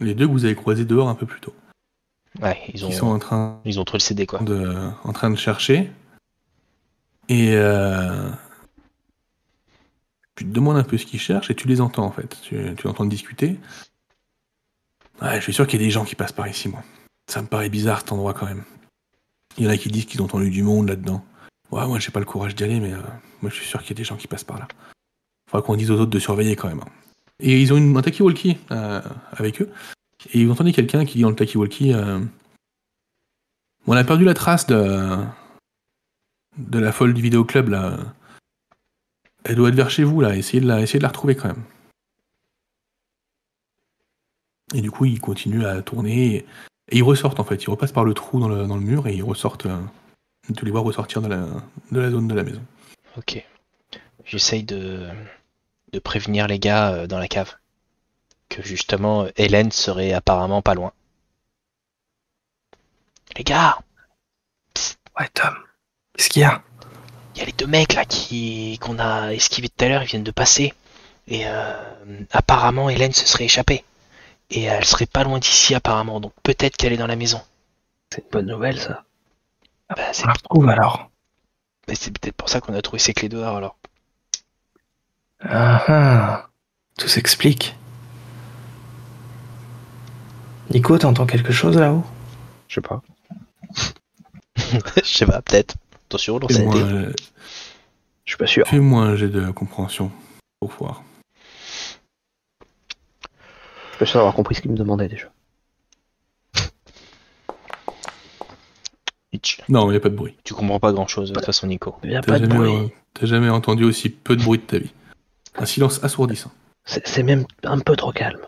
[SPEAKER 1] Les deux que vous avez croisés dehors un peu plus tôt.
[SPEAKER 2] Ouais ils ont
[SPEAKER 1] Qui sont en train
[SPEAKER 2] ils ont trop le CD quoi.
[SPEAKER 1] de, en train de chercher. Et euh, tu te demandes un peu ce qu'ils cherchent et tu les entends en fait. Tu, tu entends discuter. Ouais, je suis sûr qu'il y a des gens qui passent par ici, moi. Ça me paraît bizarre cet endroit quand même. Il y en a qui disent qu'ils ont entendu du monde là-dedans. Ouais, moi j'ai pas le courage d'y aller, mais euh, moi je suis sûr qu'il y a des gens qui passent par là. Faudra qu'on dise aux autres de surveiller quand même. hein. Et ils ont une, un talkie-walkie euh, avec eux. Et ils entendu quelqu'un qui dit dans le talkie-walkie euh, on a perdu la trace de, de la folle du vidéoclub là. Elle doit être vers chez vous là, essayez de la, essayez de la retrouver quand même. Et du coup, ils continuent à tourner et, et ils ressortent en fait. Ils repassent par le trou dans le, dans le mur et ils ressortent. euh, tu les vois ressortir de la, de la zone de la maison.
[SPEAKER 2] Ok. J'essaye de, de prévenir les gars euh, dans la cave. Que justement, euh, Hélène serait apparemment pas loin. Les gars,
[SPEAKER 5] Ouais, Tom. Qu'est-ce qu'il y a
[SPEAKER 2] il y a les deux mecs là qui qu'on a esquivés tout à l'heure, ils viennent de passer. Et euh, apparemment, Hélène se serait échappée. Et elle serait pas loin d'ici apparemment, donc peut-être qu'elle est dans la maison.
[SPEAKER 3] C'est une bonne nouvelle ça.
[SPEAKER 2] Bah, c'est
[SPEAKER 5] On la retrouve alors.
[SPEAKER 2] bah, c'est peut-être pour ça qu'on a trouvé ces clés dehors alors.
[SPEAKER 5] Ah ah. Tout s'explique. Nico, t'entends quelque chose là-haut
[SPEAKER 3] Je sais pas.
[SPEAKER 2] Je sais pas, peut-être. Attention, l'on
[SPEAKER 1] Fais-moi un-
[SPEAKER 3] Je suis pas sûr.
[SPEAKER 1] Fais-moi un jet de compréhension pour voir.
[SPEAKER 3] Je suis pas sûr d'avoir compris ce qu'il me demandait déjà.
[SPEAKER 1] Non, il n'y a pas de bruit.
[SPEAKER 2] Tu comprends pas grand chose de toute façon, Nico.
[SPEAKER 3] Il n'y a
[SPEAKER 1] T'as
[SPEAKER 3] pas de
[SPEAKER 1] jamais, euh,
[SPEAKER 3] bruit.
[SPEAKER 1] t'as jamais entendu aussi peu de bruit de ta vie. Un silence assourdissant.
[SPEAKER 3] C'est c'est même un peu trop calme.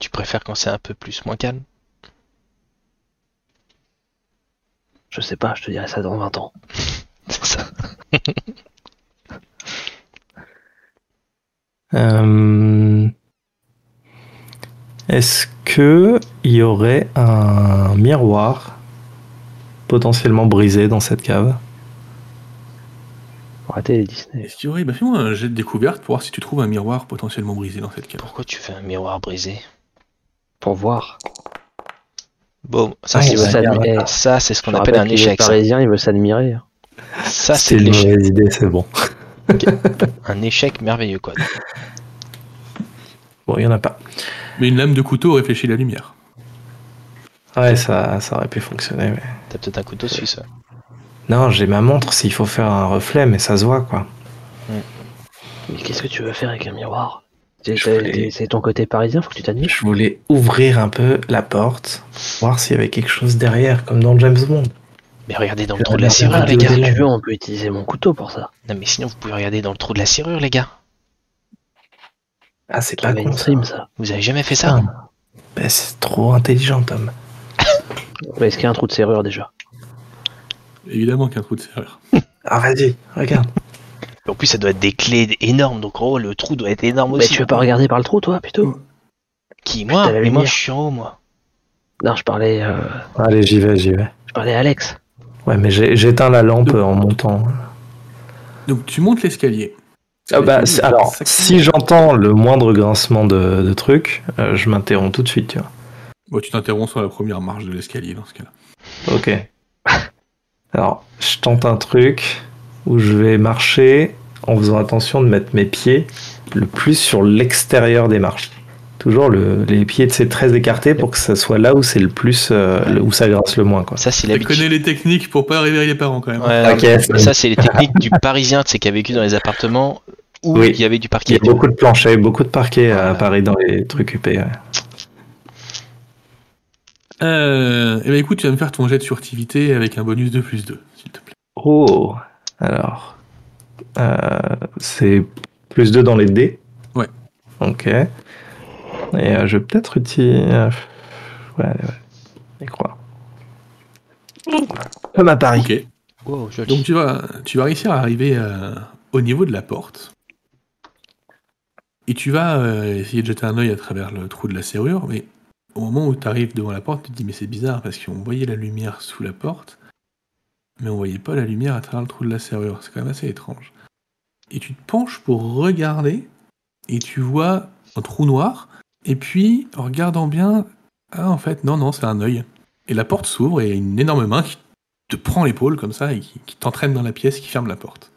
[SPEAKER 2] Tu préfères quand c'est un peu plus moins calme
[SPEAKER 3] Je sais pas, je te dirai ça dans 20 ans.
[SPEAKER 2] C'est ça.
[SPEAKER 5] Euh, Est-ce que il y aurait un miroir potentiellement brisé dans cette cave
[SPEAKER 3] Faut Arrêtez les Disney.
[SPEAKER 1] Est-ce qu'il y aurait- bah, Fais-moi un jet de découverte pour voir si tu trouves un miroir potentiellement brisé dans cette cave.
[SPEAKER 2] Pourquoi tu fais un miroir brisé
[SPEAKER 3] Pour voir.
[SPEAKER 2] Bon, ça
[SPEAKER 5] Ah,
[SPEAKER 2] c'est
[SPEAKER 5] il va
[SPEAKER 2] ça,
[SPEAKER 5] s'admirer.
[SPEAKER 2] eh, ça, c'est ce qu'on
[SPEAKER 3] Je
[SPEAKER 2] appelle
[SPEAKER 3] rappelle
[SPEAKER 2] un
[SPEAKER 3] qu'il est
[SPEAKER 2] échec. Ça,
[SPEAKER 3] parisien, il veut s'admirer. hein.
[SPEAKER 2] Ça, c'est
[SPEAKER 5] C'était
[SPEAKER 2] de
[SPEAKER 5] une
[SPEAKER 2] l'échec.
[SPEAKER 5] mauvaise idée, c'est bon.
[SPEAKER 2] Un échec merveilleux quoi.
[SPEAKER 5] Bon, il y en a pas.
[SPEAKER 1] Mais une lame de couteau réfléchit la lumière.
[SPEAKER 5] Ouais, ça, ça aurait pu fonctionner. mais-
[SPEAKER 2] T'as peut-être un couteau suisse. ouais.
[SPEAKER 5] Non, j'ai ma montre s'il faut faire un reflet, mais ça se voit quoi.
[SPEAKER 3] Mais qu'est-ce que tu veux faire avec un miroir C'est-
[SPEAKER 5] Je
[SPEAKER 3] C'est
[SPEAKER 5] voulais-
[SPEAKER 3] t'es- c'est ton côté parisien, faut que tu t'admires.
[SPEAKER 5] Je voulais ouvrir un peu la porte, voir s'il y avait quelque chose derrière, comme dans James Bond.
[SPEAKER 2] Mais regardez dans le
[SPEAKER 5] Je
[SPEAKER 2] trou de la
[SPEAKER 5] Ah, regarde
[SPEAKER 2] serrure
[SPEAKER 5] la
[SPEAKER 2] les
[SPEAKER 5] vidéo
[SPEAKER 2] gars.
[SPEAKER 5] des
[SPEAKER 3] Si tu veux, on peut utiliser mon couteau pour ça.
[SPEAKER 2] Non mais sinon vous pouvez regarder dans le trou de la serrure les gars.
[SPEAKER 5] Ah, c'est
[SPEAKER 3] C'est
[SPEAKER 5] pas con. ça.
[SPEAKER 3] mainstream ça.
[SPEAKER 2] Vous avez jamais fait ça
[SPEAKER 5] Ah. Ben, c'est trop intelligent, Tom.
[SPEAKER 3] Ouais, Bah, Est-ce qu'il y a un trou de serrure déjà
[SPEAKER 1] Évidemment qu'un trou de serrure.
[SPEAKER 5] Ah, vas-y, regarde.
[SPEAKER 2] En plus ça doit être des clés énormes donc en haut le trou doit être énorme
[SPEAKER 5] Bah,
[SPEAKER 3] Mais
[SPEAKER 2] aussi.
[SPEAKER 3] Bah,
[SPEAKER 2] Mm.
[SPEAKER 3] tu veux pas regarder par le trou toi plutôt
[SPEAKER 2] Qui moi
[SPEAKER 3] Putain, la
[SPEAKER 2] Mais moi
[SPEAKER 3] lumière.
[SPEAKER 2] je suis en haut moi.
[SPEAKER 3] Non, je parlais, euh,
[SPEAKER 5] Allez, j'y vais, j'y vais.
[SPEAKER 3] je parlais à Alex.
[SPEAKER 5] Ouais, mais j'ai- j'éteins la lampe en montant.
[SPEAKER 1] Donc tu montes l'escalier.
[SPEAKER 5] Ah bah, c'est- alors, si j'entends le moindre grincement de, de truc, euh, je m'interromps tout de suite, tu vois.
[SPEAKER 1] Bon, tu t'interromps sur la première marche de l'escalier dans ce cas-là.
[SPEAKER 5] Ok. Alors, je tente un truc où je vais marcher en faisant attention de mettre mes pieds le plus sur l'extérieur des marches. Toujours le- les pieds de ces très écartés pour que ça soit là où c'est le plus euh, le- où ça grince le moins quoi.
[SPEAKER 2] Ça c'est
[SPEAKER 1] Tu
[SPEAKER 2] l'habitude.
[SPEAKER 1] connais les techniques pour pas réveiller les parents quand même.
[SPEAKER 2] Ouais,
[SPEAKER 5] Ok,
[SPEAKER 2] mais
[SPEAKER 5] ça-
[SPEAKER 2] ça c'est les techniques du parisien, tu sais, qui a vécu dans les appartements où
[SPEAKER 5] Oui.
[SPEAKER 2] il y avait du
[SPEAKER 5] Il y
[SPEAKER 2] parquet.
[SPEAKER 5] a beaucoup de planchers, beaucoup de parquets à Paris dans les trucs UP. ouais.
[SPEAKER 1] Euh, eh ben écoute, tu vas me faire ton jet de furtivité avec un bonus de plus 2, s'il te plaît.
[SPEAKER 5] Oh Alors, euh, c'est plus 2 dans les dés
[SPEAKER 1] Ouais.
[SPEAKER 5] Ok. Et euh, je vais peut-être utiliser... euh, ouais, ouais, ouais. Y croire. Comme à Paris.
[SPEAKER 1] Ok.
[SPEAKER 2] Wow, joli.
[SPEAKER 1] Donc tu vas, tu vas réussir à arriver euh, au niveau de la porte. Et tu vas euh, essayer de jeter un œil à travers le trou de la serrure, mais au moment où tu arrives devant la porte, tu te dis mais c'est bizarre parce qu'on voyait la lumière sous la porte, mais on voyait pas la lumière à travers le trou de la serrure. C'est quand même assez étrange. Et tu te penches pour regarder, et tu vois un trou noir, et puis en regardant bien, ah en fait non non c'est un œil. Et la porte s'ouvre et il y a une énorme main qui te prend l'épaule comme ça et qui, qui t'entraîne dans la pièce, qui ferme la porte.